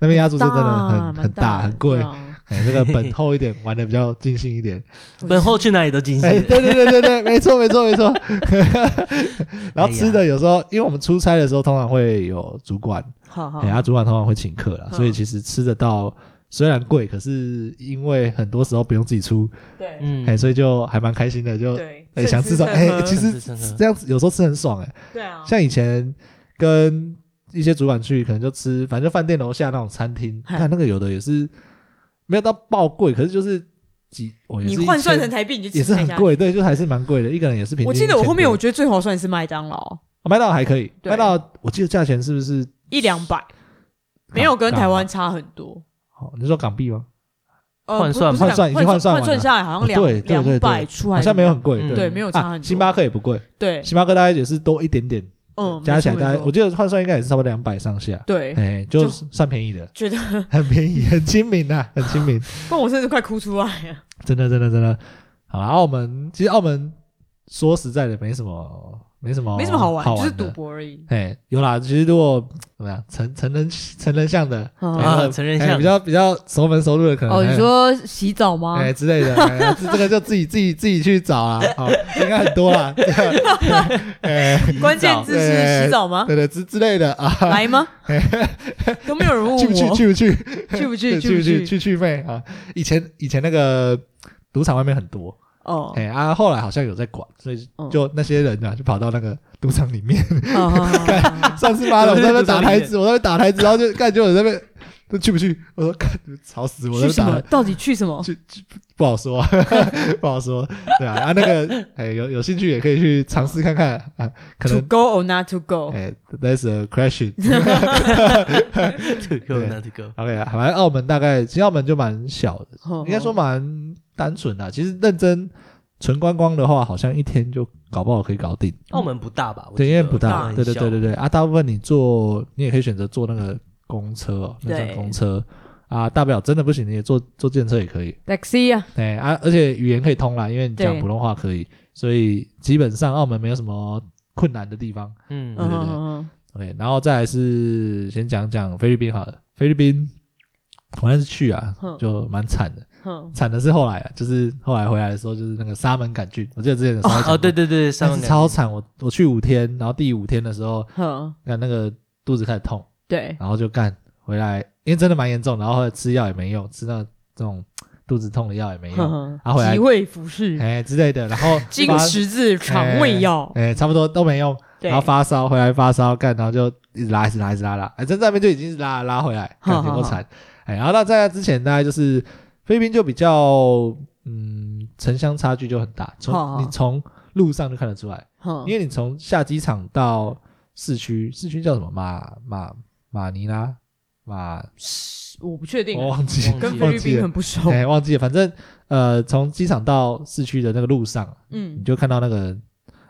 [SPEAKER 1] 那边压住是真
[SPEAKER 2] 啊
[SPEAKER 1] 的很很大很贵，哎，那个本厚一点，玩的比较尽兴 一点。
[SPEAKER 3] 本后去哪里都惊喜
[SPEAKER 1] 哎，，对对对对对，没错没错没 错。
[SPEAKER 2] 哎
[SPEAKER 1] 然后吃的有时候，因为我们出差的时候通常会有主管，
[SPEAKER 2] 好好
[SPEAKER 1] 哎，啊，主管通常会请客啦，
[SPEAKER 2] 哦嗯
[SPEAKER 1] 所以其实吃得到虽然贵，可是因为很多时候不用自己出，
[SPEAKER 2] 对
[SPEAKER 3] 嗯
[SPEAKER 1] 哎，，所以就还蛮开心的，就
[SPEAKER 2] 对，
[SPEAKER 1] 哎想吃什么哎，其
[SPEAKER 3] 趁
[SPEAKER 1] 实
[SPEAKER 3] 吃趁喝
[SPEAKER 1] 这样子有时候吃很爽哎，
[SPEAKER 2] 对啊，
[SPEAKER 1] 像以前跟一些主管去，可能就吃，反正饭店楼下那种餐厅，
[SPEAKER 2] 嗨
[SPEAKER 1] 看那个有的也是没有到爆贵，可是就是几，我也
[SPEAKER 2] 你
[SPEAKER 1] 是
[SPEAKER 2] 换算
[SPEAKER 1] 1000
[SPEAKER 2] 成台币你就
[SPEAKER 1] 也是很
[SPEAKER 2] 吃不下去。
[SPEAKER 1] 贵，对，就还是蛮贵的，一个人也是平均
[SPEAKER 2] 我
[SPEAKER 1] 1000多。
[SPEAKER 2] 记得我后面我觉得最划算是麦当劳，
[SPEAKER 1] 哦麦当劳还可以，
[SPEAKER 2] 对
[SPEAKER 1] 麦当劳我记得价钱是不是啊
[SPEAKER 2] 一两百，没有跟
[SPEAKER 1] 港
[SPEAKER 2] 台湾？差很多。
[SPEAKER 1] 港哦你是说港币吗？
[SPEAKER 2] 呃
[SPEAKER 3] 换
[SPEAKER 2] 不
[SPEAKER 3] 算
[SPEAKER 2] 不是
[SPEAKER 1] 换
[SPEAKER 2] 两
[SPEAKER 1] 算已经换
[SPEAKER 2] 换
[SPEAKER 1] 算完
[SPEAKER 2] 算
[SPEAKER 1] 了
[SPEAKER 2] 下来好像
[SPEAKER 1] 哦对对
[SPEAKER 2] 两
[SPEAKER 1] 对
[SPEAKER 2] 两
[SPEAKER 1] 对
[SPEAKER 2] 百出还
[SPEAKER 1] 好
[SPEAKER 2] 是
[SPEAKER 1] 像没有很贵，
[SPEAKER 3] 嗯
[SPEAKER 2] 对，
[SPEAKER 1] 对，
[SPEAKER 2] 没有差
[SPEAKER 1] 啊，
[SPEAKER 2] 很多。
[SPEAKER 1] 星巴克也不贵，
[SPEAKER 2] 对，
[SPEAKER 1] 星巴克大概也是多一点点，
[SPEAKER 2] 嗯，
[SPEAKER 1] 加起来
[SPEAKER 2] 没错
[SPEAKER 1] 大概
[SPEAKER 2] 没错
[SPEAKER 1] 我记得换算应该也是差不多两百上下，
[SPEAKER 2] 对，
[SPEAKER 1] 哎，就算便宜的，
[SPEAKER 2] 觉得
[SPEAKER 1] 很便宜，很亲民 呐，很亲民，
[SPEAKER 2] 不然我甚至快哭出来了。
[SPEAKER 1] 真的真的真的。好啦，澳门其实澳门说实在的没什么，没什么，
[SPEAKER 2] 没什么好玩，就是
[SPEAKER 1] 哦的
[SPEAKER 2] 赌。博而已。
[SPEAKER 1] 哎，有啦，其实如果怎么样，成成人成人向的
[SPEAKER 2] 嗯
[SPEAKER 1] 哎
[SPEAKER 3] 啊
[SPEAKER 1] 那
[SPEAKER 3] 成人
[SPEAKER 1] 哎
[SPEAKER 3] 向
[SPEAKER 1] 比较比较熟门熟路的可能
[SPEAKER 4] 哦，
[SPEAKER 1] 还
[SPEAKER 4] 你
[SPEAKER 1] 有
[SPEAKER 4] 说洗澡吗？
[SPEAKER 1] 哎之类的，哎这这个就自己自己自己去找啊，好，应该很多啦，这 个哎，
[SPEAKER 2] 关键字是洗澡吗？
[SPEAKER 1] 对对之之类的啊，
[SPEAKER 2] 来吗？都没有人问
[SPEAKER 1] 哎 去不去
[SPEAKER 2] 我
[SPEAKER 1] 去不去
[SPEAKER 2] 去不
[SPEAKER 1] 对
[SPEAKER 2] 去
[SPEAKER 1] 去
[SPEAKER 2] 去
[SPEAKER 1] 不去
[SPEAKER 2] 不去
[SPEAKER 1] 去去妹啊，以前以前那个赌场外面很多，
[SPEAKER 2] 哦。
[SPEAKER 1] 哎啊，后来好像有在管，所以
[SPEAKER 2] 嗯
[SPEAKER 1] 就那些人呢就跑到那个赌场里面，
[SPEAKER 2] 好好好好 好好
[SPEAKER 1] 上次妈的，我在那边
[SPEAKER 3] 对
[SPEAKER 1] 打
[SPEAKER 3] 对
[SPEAKER 1] 台子，我在那边打台子，然后就干就有在那边，都去不去？我说看吵死我，在
[SPEAKER 2] 去
[SPEAKER 1] 那
[SPEAKER 2] 什
[SPEAKER 1] 边打
[SPEAKER 2] 么？到底去什么？
[SPEAKER 1] 去去不好说， 不好说，对啊，啊那个哎有有兴趣也可以去尝试看看啊，可
[SPEAKER 2] To
[SPEAKER 1] 能
[SPEAKER 2] go or not to go？
[SPEAKER 1] 哎 that's a question。
[SPEAKER 3] 这个那这个，
[SPEAKER 1] OK 啊，反正澳门大概其实澳门就蛮小的，
[SPEAKER 2] 应
[SPEAKER 3] 哦
[SPEAKER 1] 应该说蛮单纯的啊。其实认真纯观光的话，好像一天就搞不好可以搞定。
[SPEAKER 3] 澳门不大吧？我
[SPEAKER 1] 对，
[SPEAKER 3] 记
[SPEAKER 1] 因
[SPEAKER 3] 得
[SPEAKER 1] 为不大，
[SPEAKER 3] 很
[SPEAKER 1] 对对
[SPEAKER 3] 小
[SPEAKER 1] 对对对啊，大部分你坐，你也可以选择坐那个公车哦，那
[SPEAKER 2] 对
[SPEAKER 1] 算公车啊，大不了真的不行，你也坐坐电车也可以，
[SPEAKER 4] taxi 啊，
[SPEAKER 1] 哎啊，而且语言可以通啦，因为你讲
[SPEAKER 4] 对
[SPEAKER 1] 普通话可以，所以基本上澳门没有什么困难的地方。
[SPEAKER 3] 嗯，
[SPEAKER 2] 嗯嗯嗯
[SPEAKER 1] OK，然后再来是先讲讲菲律宾好了，菲律宾我那次去啊
[SPEAKER 2] 哼，
[SPEAKER 1] 就蛮惨的，
[SPEAKER 2] 嗯嗯
[SPEAKER 1] 惨的是后来啊，就是后来回来的时候就是那个沙门杆菌，我记得之前有稍微讲过
[SPEAKER 3] 哦，对对对，
[SPEAKER 1] 但
[SPEAKER 3] 三
[SPEAKER 1] 是
[SPEAKER 3] 万感
[SPEAKER 1] 超惨，我我去五天，然后第五天的时候，
[SPEAKER 2] 嗯，
[SPEAKER 1] 那那个肚子开始痛，
[SPEAKER 2] 对，
[SPEAKER 1] 然后就干回来，因为真的蛮严重，然后后来吃药也没用，吃那这种肚子痛的药也没用， 啊回来
[SPEAKER 2] 即位服饰，
[SPEAKER 1] 哎、之类的，然后
[SPEAKER 2] 金
[SPEAKER 1] 发
[SPEAKER 2] 十字肠胃药，
[SPEAKER 1] 哎、差不多都没用，
[SPEAKER 2] 对
[SPEAKER 1] 然后发烧回来发烧干，然后就一直拉一直拉一直拉拉，哎、在那边就已经一直拉拉回来，
[SPEAKER 2] 好
[SPEAKER 1] 感觉够
[SPEAKER 2] 好
[SPEAKER 1] 惨，哎、然后那在那之前大概就是菲律宾就比较嗯城乡差距就很大，
[SPEAKER 2] 好
[SPEAKER 1] 从
[SPEAKER 2] 好
[SPEAKER 1] 你从路上就看得出来。
[SPEAKER 2] 嗯
[SPEAKER 1] 因为你从下机场到市区，市区叫什么？马马马尼拉马，
[SPEAKER 2] 我不确定啊
[SPEAKER 1] 我，忘记
[SPEAKER 3] 忘
[SPEAKER 2] 跟菲
[SPEAKER 3] 记
[SPEAKER 1] 哦忘
[SPEAKER 2] 律
[SPEAKER 1] 记
[SPEAKER 2] 宾
[SPEAKER 1] 了
[SPEAKER 2] 很，不熟。
[SPEAKER 1] 哎，忘记了。反正呃，从机场到市区的那个路上，你
[SPEAKER 2] 嗯，
[SPEAKER 1] 就看到那个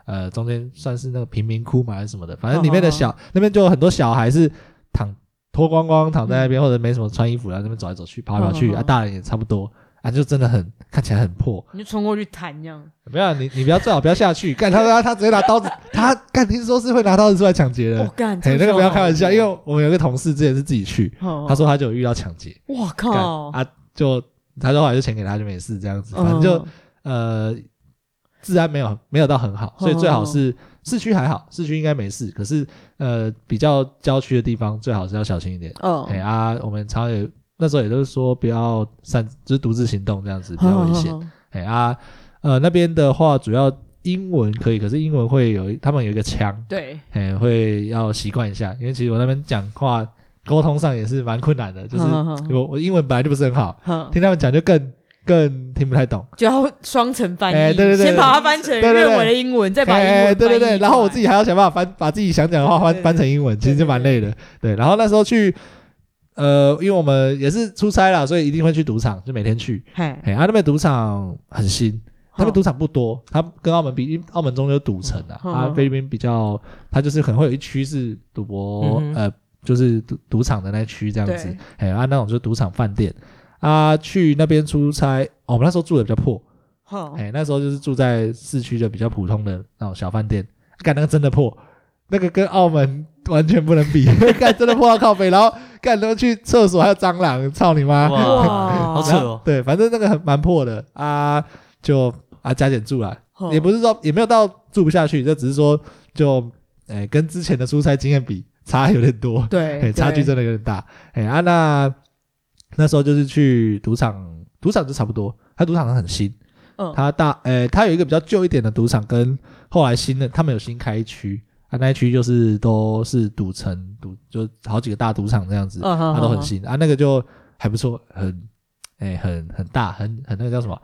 [SPEAKER 1] 呃中间算是那个贫民窟嘛还是什么的，反正里面的小那边就有很多小孩是躺脱光光躺在那边，或者没什么穿衣服，然后那边走来走去跑来跑去
[SPEAKER 2] 好
[SPEAKER 1] 啊，
[SPEAKER 2] 好好
[SPEAKER 1] 大人也差不多啊，就真的很看起来很破，
[SPEAKER 2] 你就冲过去弹这样。
[SPEAKER 1] 没有，啊你你不要最好不要下 去。干他他他直接拿刀子，他干听说是会拿刀子出来抢劫的
[SPEAKER 2] 我。哦干，
[SPEAKER 1] 嘿，那个不哦要开哦玩笑，因
[SPEAKER 2] 为
[SPEAKER 1] 为我们有一个同事之前是自己去，他
[SPEAKER 2] 他
[SPEAKER 1] 说他就有遇到抢劫，
[SPEAKER 2] 我
[SPEAKER 1] 干
[SPEAKER 2] 靠，
[SPEAKER 1] 啊就他说后来就钱给他就没事这样子，反正就
[SPEAKER 2] 嗯
[SPEAKER 1] 呃治安没有没有到很好，所以最好
[SPEAKER 2] 哦
[SPEAKER 1] 是市区还好，市区应该没事，可是呃比较郊区的地方最好是要小心一点。哎
[SPEAKER 2] 嗯，
[SPEAKER 1] 啊，我们常常也那时候也都是说不要擅就是独自行动这样子比较危险。
[SPEAKER 2] 嗯
[SPEAKER 1] 哎啊，呃那边的话主要英文可以，可是英文会有一他们有一个腔，
[SPEAKER 2] 对，
[SPEAKER 1] 哎会要习惯一下，因为其实我那边讲话沟通上也是蛮困难的，就是
[SPEAKER 2] 嗯嗯嗯
[SPEAKER 1] 我我英文本来就不是很好，
[SPEAKER 2] 嗯
[SPEAKER 1] 听他们讲就更更听不太懂。
[SPEAKER 2] 就要双层翻
[SPEAKER 1] 哎
[SPEAKER 2] 译，
[SPEAKER 1] 对对对
[SPEAKER 2] 先把它翻成
[SPEAKER 1] 对对对
[SPEAKER 2] 认为的英文，再把英
[SPEAKER 1] 哎，
[SPEAKER 2] 文
[SPEAKER 1] 对对
[SPEAKER 2] 翻
[SPEAKER 1] 对，
[SPEAKER 2] 译
[SPEAKER 1] 然后我
[SPEAKER 2] 出来
[SPEAKER 1] 自己还要想办法翻把自己想讲的话翻
[SPEAKER 2] 对对
[SPEAKER 1] 翻成英文，其实
[SPEAKER 2] 对
[SPEAKER 1] 就
[SPEAKER 2] 对
[SPEAKER 1] 蛮累的。对，然后那时候去，呃，因为我们也是出差啦，所以一定会去赌场，就每天去。
[SPEAKER 2] 嘿，
[SPEAKER 1] 哎，啊那边赌场很新，他们赌场不多，它跟澳门比，因为澳门中有赌城啊，
[SPEAKER 2] 嗯
[SPEAKER 1] 啊
[SPEAKER 2] 嗯
[SPEAKER 1] 菲律宾比较，它就是可能会有一区是赌博，
[SPEAKER 3] 嗯哼
[SPEAKER 1] 呃，就是赌赌场的那区这样子
[SPEAKER 2] 对，
[SPEAKER 1] 哎，啊那种就是赌场饭店，啊去那边出差，哦我们那时候住的比较破，
[SPEAKER 2] 好
[SPEAKER 1] 哎，那时候就是住在市区的比较普通的那种小饭店，干那个真的破，那个跟澳门完全不能 比，干真的破到靠北，然后干都去厕所还有蟑螂，操你妈！
[SPEAKER 3] 哇，好扯
[SPEAKER 1] 然后
[SPEAKER 3] 哦，
[SPEAKER 1] 对，反正那个很蛮破的啊，就啊加减住啦，
[SPEAKER 2] 好
[SPEAKER 1] 也不是说也没有到住不下去，这只是说就哎、跟之前的出差经验比差有点多，
[SPEAKER 2] 对
[SPEAKER 1] 哎，
[SPEAKER 2] 对
[SPEAKER 1] 差距真的有点大。哎、啊那那时候就是去赌场，赌场就差不多，它赌场很新，
[SPEAKER 2] 嗯
[SPEAKER 1] 它大呃它有一个比较旧一点的赌场，跟后来新的他们有新开一区。啊，那一区就是都是赌城，赌就好几个大赌场这样子，
[SPEAKER 2] 嗯哼
[SPEAKER 1] 它都很
[SPEAKER 2] 哼
[SPEAKER 1] 新、啊，那个就还不错，很，哎、很很大，很很那个叫什么，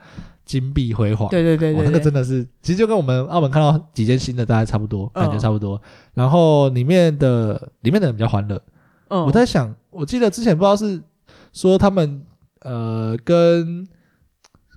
[SPEAKER 1] 金碧辉煌。
[SPEAKER 2] 对对对
[SPEAKER 1] 哇
[SPEAKER 2] 对，
[SPEAKER 1] 那个
[SPEAKER 2] 对
[SPEAKER 1] 真的是，其实就跟我们澳门看到几间新的大概差不多，
[SPEAKER 2] 嗯
[SPEAKER 1] 感觉差不多。然后里面的里面的人比较欢乐，
[SPEAKER 2] 嗯
[SPEAKER 1] 我在想，我记得之前不知道是说他们呃，跟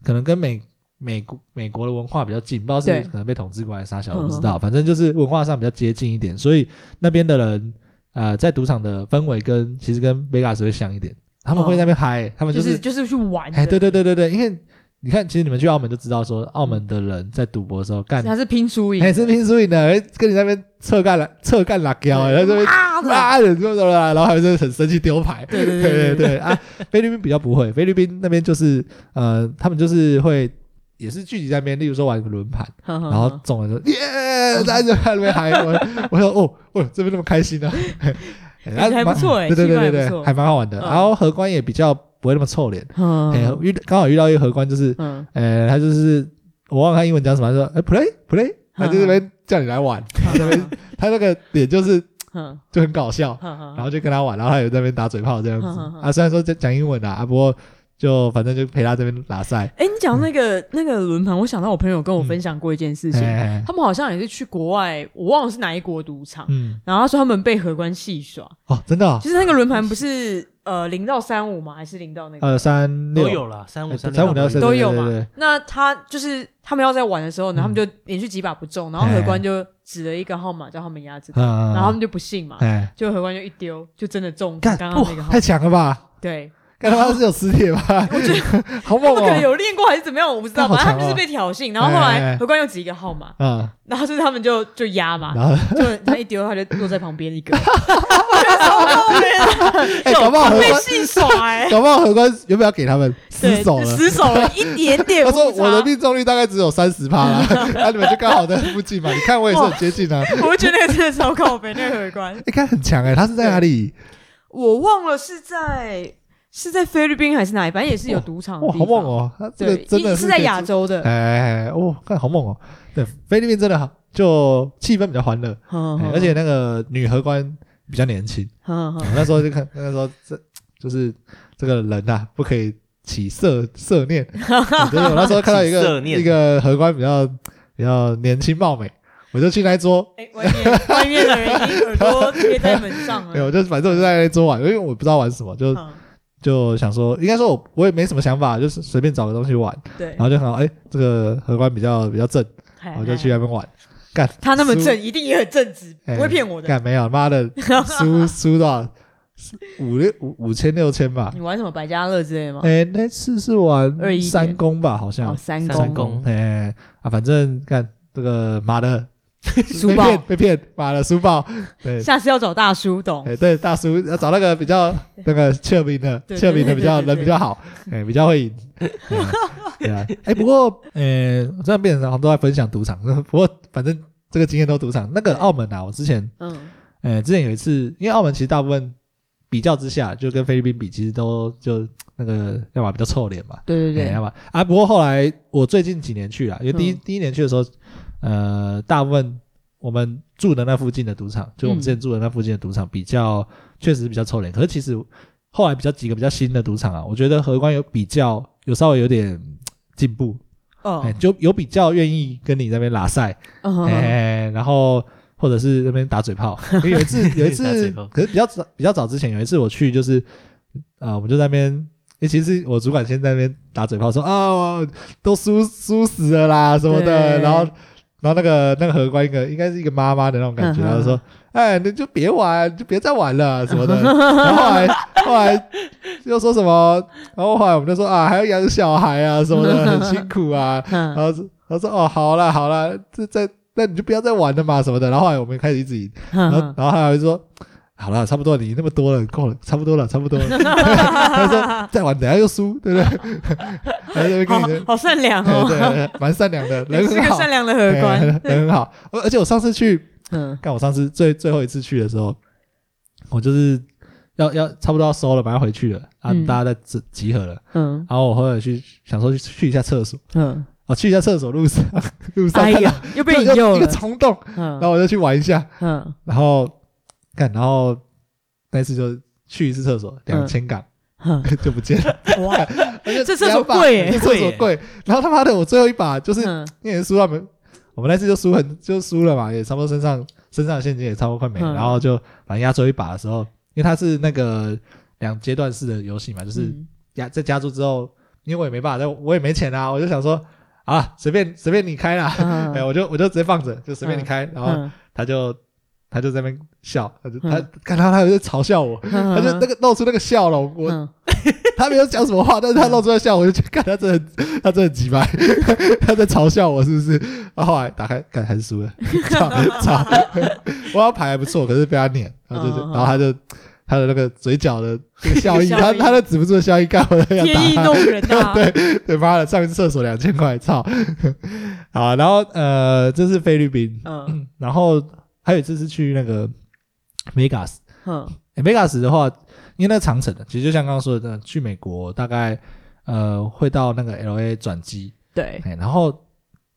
[SPEAKER 1] 可能跟美美国美国的文化比较近，不知道
[SPEAKER 2] 对嗯
[SPEAKER 1] 是可能被统治过来杀小，我不知道，反正就是文化上比较接近一点，所以那边的人呃，在赌场的氛围跟其实跟 Vegas 会像一点，他们会在那边嗨、他们
[SPEAKER 2] 哦就
[SPEAKER 1] 就是是
[SPEAKER 2] 就是去玩的，
[SPEAKER 1] 哎，对对对对对，因为你看，其实你们去澳门就知道说，澳门的人在赌博的时候干。
[SPEAKER 2] 他是拼输赢
[SPEAKER 1] 还，哎是拼输赢的，跟你那边侧干了，侧干拉胶，然后这边
[SPEAKER 2] 啊 的
[SPEAKER 1] 啊，怎么怎么啦，然后还是很生气丢牌。
[SPEAKER 2] 对
[SPEAKER 1] 对
[SPEAKER 2] 对
[SPEAKER 1] 对
[SPEAKER 2] 对对，
[SPEAKER 1] 对啊，菲律宾比较不会，菲律宾那边就是呃，他们就是会也是聚集在那边，例如说玩个轮盘，
[SPEAKER 2] 然
[SPEAKER 1] 然后中了就耶，大家就在那边嗨， 我我说哦，哦，这边那么开心呢、啊，哎
[SPEAKER 2] 感觉还不错 哎
[SPEAKER 1] 对对对对
[SPEAKER 2] 气氛还不
[SPEAKER 1] 对，
[SPEAKER 2] 错
[SPEAKER 1] 还蛮好玩的。
[SPEAKER 2] 嗯
[SPEAKER 1] 然后荷官也比较不会那么臭脸，哎、
[SPEAKER 2] 嗯
[SPEAKER 1] 遇刚好遇到一个荷官就是，
[SPEAKER 2] 嗯，
[SPEAKER 1] 呃，他就是我忘了他英文讲什么，他说哎 play play，他就在那边叫你来玩，他那个脸就是
[SPEAKER 2] 嗯
[SPEAKER 1] 就很搞笑，
[SPEAKER 2] 嗯，
[SPEAKER 1] 然后就跟他玩，然后他有在那边打嘴炮这样 子
[SPEAKER 2] 哼哼哼
[SPEAKER 1] 啊。虽然说在讲英文啊，啊不过就反正就陪他这边拉赛。
[SPEAKER 2] 哎，你讲
[SPEAKER 1] 嗯
[SPEAKER 2] 那个那个轮盘，我想到我朋友跟我分享过一件事情，
[SPEAKER 1] 哎
[SPEAKER 2] 他们好像也是去国外，我忘了是哪一国赌场，
[SPEAKER 1] 嗯，
[SPEAKER 2] 然后他说他们被荷官戏耍，
[SPEAKER 1] 哦，真的哦，
[SPEAKER 2] 就是那个轮盘不是呃零到三五吗？还是零到那个？
[SPEAKER 1] 呃，三
[SPEAKER 3] 都
[SPEAKER 1] 六
[SPEAKER 3] 有啦，三五
[SPEAKER 1] 哎
[SPEAKER 3] 三
[SPEAKER 1] 三五
[SPEAKER 3] 六
[SPEAKER 1] 六
[SPEAKER 3] 六
[SPEAKER 1] 三
[SPEAKER 2] 都有
[SPEAKER 1] 对
[SPEAKER 2] 嘛
[SPEAKER 1] 对对对
[SPEAKER 2] 那他就是他们要在玩的时候
[SPEAKER 1] 嗯
[SPEAKER 2] 呢，
[SPEAKER 1] 哎
[SPEAKER 2] 他们就连续几把不中，然后荷官就指了一个号码叫他们压这个，
[SPEAKER 1] 嗯，
[SPEAKER 2] 然后他们就不信嘛，
[SPEAKER 1] 哎，
[SPEAKER 2] 就荷官就一丢，就真的中
[SPEAKER 1] 干
[SPEAKER 2] 刚刚
[SPEAKER 1] 哇
[SPEAKER 2] 那个号码
[SPEAKER 1] 太。强了吧！
[SPEAKER 2] 对，
[SPEAKER 1] 干他妈是有磁铁吧？ 我觉得好
[SPEAKER 2] 他
[SPEAKER 1] 猛
[SPEAKER 2] 们可能
[SPEAKER 1] 哦！
[SPEAKER 2] 有练过还是怎么样，我不知
[SPEAKER 1] 那
[SPEAKER 2] 道。
[SPEAKER 1] 好
[SPEAKER 2] 反正他
[SPEAKER 1] 强
[SPEAKER 2] 们就是
[SPEAKER 1] 哦
[SPEAKER 2] 被挑衅，然后后来
[SPEAKER 1] 哎
[SPEAKER 2] 荷官又指一个号码，
[SPEAKER 1] 嗯，
[SPEAKER 2] 然后就是他们就就压嘛，
[SPEAKER 1] 然后
[SPEAKER 2] 就他一丢他就落在旁边 一个，哦我
[SPEAKER 1] 哎，搞不好荷
[SPEAKER 2] 被
[SPEAKER 1] 官，
[SPEAKER 2] 戏耍 哎，
[SPEAKER 1] 搞不好荷官原本要给他们
[SPEAKER 2] 对
[SPEAKER 1] 失手，了。
[SPEAKER 2] 失手了一点点 误
[SPEAKER 1] 他
[SPEAKER 2] 差。
[SPEAKER 1] 说我的命中率大概只有三十趴 啦，啊，你们就刚好在附近嘛。你看我也是很接近啊。
[SPEAKER 2] 我觉得那个真的超靠北，那个荷官。
[SPEAKER 1] 哎，看很强哎，他是在哪里？
[SPEAKER 2] 我忘了是在是在菲律宾还是哪里，反正也是有赌场的
[SPEAKER 1] 哇，
[SPEAKER 2] 地
[SPEAKER 1] 好
[SPEAKER 2] 方。
[SPEAKER 1] 猛哦！他这个
[SPEAKER 2] 对，
[SPEAKER 1] 真的
[SPEAKER 2] 一是在
[SPEAKER 1] 可以
[SPEAKER 2] 亚洲 的。
[SPEAKER 1] 哎，哦，看好猛哦！对，菲律宾真的好，就气氛比较欢乐，
[SPEAKER 2] 嗯哼
[SPEAKER 1] 哎而且，那个女荷官比较年轻，
[SPEAKER 2] 哼哼哼
[SPEAKER 1] 我那时候就看，那时候这就是这个人呐、不可以起色色 念。我觉得我那时候看到一
[SPEAKER 3] 起
[SPEAKER 1] 个
[SPEAKER 3] 色念
[SPEAKER 1] 一个荷官比较比较年轻貌美，我就去那一桌，
[SPEAKER 2] 哎，外面外面的人已经耳朵贴在门上
[SPEAKER 1] 哎，我
[SPEAKER 2] 了。
[SPEAKER 1] 就反正我就在那一桌玩，因为我不知道玩什么，就
[SPEAKER 2] 嗯
[SPEAKER 1] 就想说，应该说我我也没什么想法，就是随便找个东西玩，
[SPEAKER 2] 对
[SPEAKER 1] 然，后就看到哎、这个荷官比较比较正，
[SPEAKER 2] 嗨
[SPEAKER 1] 我就去。那
[SPEAKER 2] 嗨
[SPEAKER 1] 边玩。干，
[SPEAKER 2] 哎他那么
[SPEAKER 1] 输
[SPEAKER 2] 正，一定也很正直，
[SPEAKER 1] 哎
[SPEAKER 2] 不会骗我的。
[SPEAKER 1] 干没有，妈 的输输多少？五六五五千六千吧
[SPEAKER 2] 你。玩什么百家乐之类的吗？
[SPEAKER 1] 哎、那次是玩
[SPEAKER 2] 21点
[SPEAKER 1] 三公吧，好像、
[SPEAKER 2] 哦，三
[SPEAKER 3] 三
[SPEAKER 2] 公
[SPEAKER 3] 公
[SPEAKER 1] 哎、啊，反正干这个妈 的
[SPEAKER 2] 书
[SPEAKER 1] 被
[SPEAKER 2] 包
[SPEAKER 1] 骗，被骗，妈的书包，
[SPEAKER 2] 哦
[SPEAKER 1] 对，
[SPEAKER 2] 下次要找大叔懂
[SPEAKER 1] 哎、。对，大叔要找那个比较那个切饼的，
[SPEAKER 2] 对对
[SPEAKER 1] 切饼的
[SPEAKER 2] 对
[SPEAKER 1] 比较
[SPEAKER 2] 对对
[SPEAKER 1] 人比较好，哎、比较 会赢。哎对啊，哎、不过，呃、虽然变成好像都在分享赌场，不过反正这个经验都赌场。那个澳门啊，我之前
[SPEAKER 2] 嗯，
[SPEAKER 1] 呃，之前有一次，因为澳门其实大部分比较之下，就跟菲律宾比，其实都就那个要么比较臭脸嘛，
[SPEAKER 2] 对对
[SPEAKER 1] 哎
[SPEAKER 2] 对
[SPEAKER 1] 要，么啊。不过后来我最近几年去了，因为第一、
[SPEAKER 2] 嗯
[SPEAKER 1] 第一年去的时候，呃，大部分我们住的那附近的赌场，就我们
[SPEAKER 2] 嗯
[SPEAKER 1] 之前住的那附近的赌场，比较确实比较臭脸。可是其实后来比较几个比较新的赌场啊，我觉得荷官有比较有稍微有点嗯进步，哎、
[SPEAKER 2] 哦，
[SPEAKER 1] 就有比较愿意跟你那边拉赛。
[SPEAKER 2] 嗯哼哼
[SPEAKER 1] 哎、然后或者是那边打嘴 炮。因为有一次，有一
[SPEAKER 3] 打
[SPEAKER 1] 次
[SPEAKER 3] 嘴炮，
[SPEAKER 1] 可是比较早，比较早之前有一次我去，就是啊、呃我们就在那边。诶其实我主管先在那边打嘴炮说啊、我都输输死了啦什么的，
[SPEAKER 2] 对
[SPEAKER 1] 然后然后那个那个荷官一个应该是一个妈妈的那种感觉，
[SPEAKER 2] 嗯哼
[SPEAKER 1] 然后说哎你就别玩，你就别再玩了什么 的。然后后来后来又说什么，然后后来我们就说啊还要养小孩啊什么的，很辛苦啊。然
[SPEAKER 2] 嗯
[SPEAKER 1] 后是他说哦，好啦好啦，这再那你就不要再玩了嘛什么的。然后后来我们开始一直赢，然后
[SPEAKER 2] 嗯哼，
[SPEAKER 1] 然后他还会说。好了，差不多，你那么多了，够了，差不多了，差不多了。他说再玩，等下又输，对不对？ 他就会跟
[SPEAKER 2] 好
[SPEAKER 1] 你的，
[SPEAKER 2] 好善良
[SPEAKER 1] 对
[SPEAKER 2] 哦，
[SPEAKER 1] 对哎对，蛮善良的，人 很
[SPEAKER 2] 是个
[SPEAKER 1] 好，哎
[SPEAKER 2] 善良的荷
[SPEAKER 1] 对
[SPEAKER 2] 官。
[SPEAKER 1] 人很好。而而且我上次去，
[SPEAKER 2] 嗯
[SPEAKER 1] 看我上次最最后一次去的时候，我就是要要差不多要收了，马上回去了啊，
[SPEAKER 2] 嗯
[SPEAKER 1] 大家在集集合了。
[SPEAKER 2] 嗯
[SPEAKER 1] 然后我后来去想说去去一下厕所，
[SPEAKER 2] 嗯，
[SPEAKER 1] 哦，去一下厕所路上 路上
[SPEAKER 2] 哎
[SPEAKER 1] 看到
[SPEAKER 2] 呀，又被
[SPEAKER 1] 就
[SPEAKER 2] 引
[SPEAKER 1] 就
[SPEAKER 2] 诱
[SPEAKER 1] 一个
[SPEAKER 2] 了。
[SPEAKER 1] 冲动，
[SPEAKER 2] 嗯
[SPEAKER 1] 然后我就去玩一下，
[SPEAKER 2] 嗯
[SPEAKER 1] 然后干，然后那次就去一次厕所，
[SPEAKER 2] 嗯
[SPEAKER 1] 两千港
[SPEAKER 2] 嗯，
[SPEAKER 1] 就不见了，
[SPEAKER 2] 哇，
[SPEAKER 1] 而且
[SPEAKER 2] 这厕所
[SPEAKER 1] 两把
[SPEAKER 2] 贵耶
[SPEAKER 1] 这厕所
[SPEAKER 3] 贵
[SPEAKER 1] 贵，然后他妈的我最后一把就是
[SPEAKER 2] 嗯
[SPEAKER 1] 那也输他们，我们那次就输很就输了嘛，也差不多身上身上的现金也差不多快没了，
[SPEAKER 2] 嗯
[SPEAKER 1] 然后就反正压最后一把的时候，因为它是那个两阶段式的游戏嘛，就是
[SPEAKER 2] 嗯
[SPEAKER 1] 加在加州之后，因为我也没办法，我也没钱啊，我就想说啊，随便随便你开啦，
[SPEAKER 2] 嗯
[SPEAKER 1] 哎，我就我就直接放着，就随便你
[SPEAKER 2] 嗯
[SPEAKER 1] 开，然后
[SPEAKER 2] 嗯
[SPEAKER 1] 他就他就在那边笑，他就他
[SPEAKER 2] 嗯
[SPEAKER 1] 看他他有在嘲笑我，他就那个露出那个笑容，我
[SPEAKER 2] 嗯
[SPEAKER 1] 他没有讲什么话，但是他露出来笑，我就觉得看他真的很他真的很鸡掰， 他在嘲笑我是不是？然后后来打开看还是输了， 操操！我要牌还不错，可是被他撵，然后就
[SPEAKER 2] 嗯嗯
[SPEAKER 1] 然后他就他的那个嘴角的这个笑 意，
[SPEAKER 2] 笑
[SPEAKER 1] 他
[SPEAKER 2] 意
[SPEAKER 1] 他的止不住的笑意，干我都要打
[SPEAKER 2] 天意
[SPEAKER 1] 他。
[SPEAKER 2] 弄人啊呐，
[SPEAKER 1] 对 对，妈的，上一次厕所两千块，操！好，然后呃，这是菲律宾，
[SPEAKER 2] 嗯
[SPEAKER 1] 然后还有一次是去那个 Vegas，
[SPEAKER 2] 嗯
[SPEAKER 1] 欸 Vegas 的话，因为那长城的，其实就像刚刚说的，去美国大概呃会到那个 L A 转机，
[SPEAKER 2] 对，
[SPEAKER 1] 哎、然后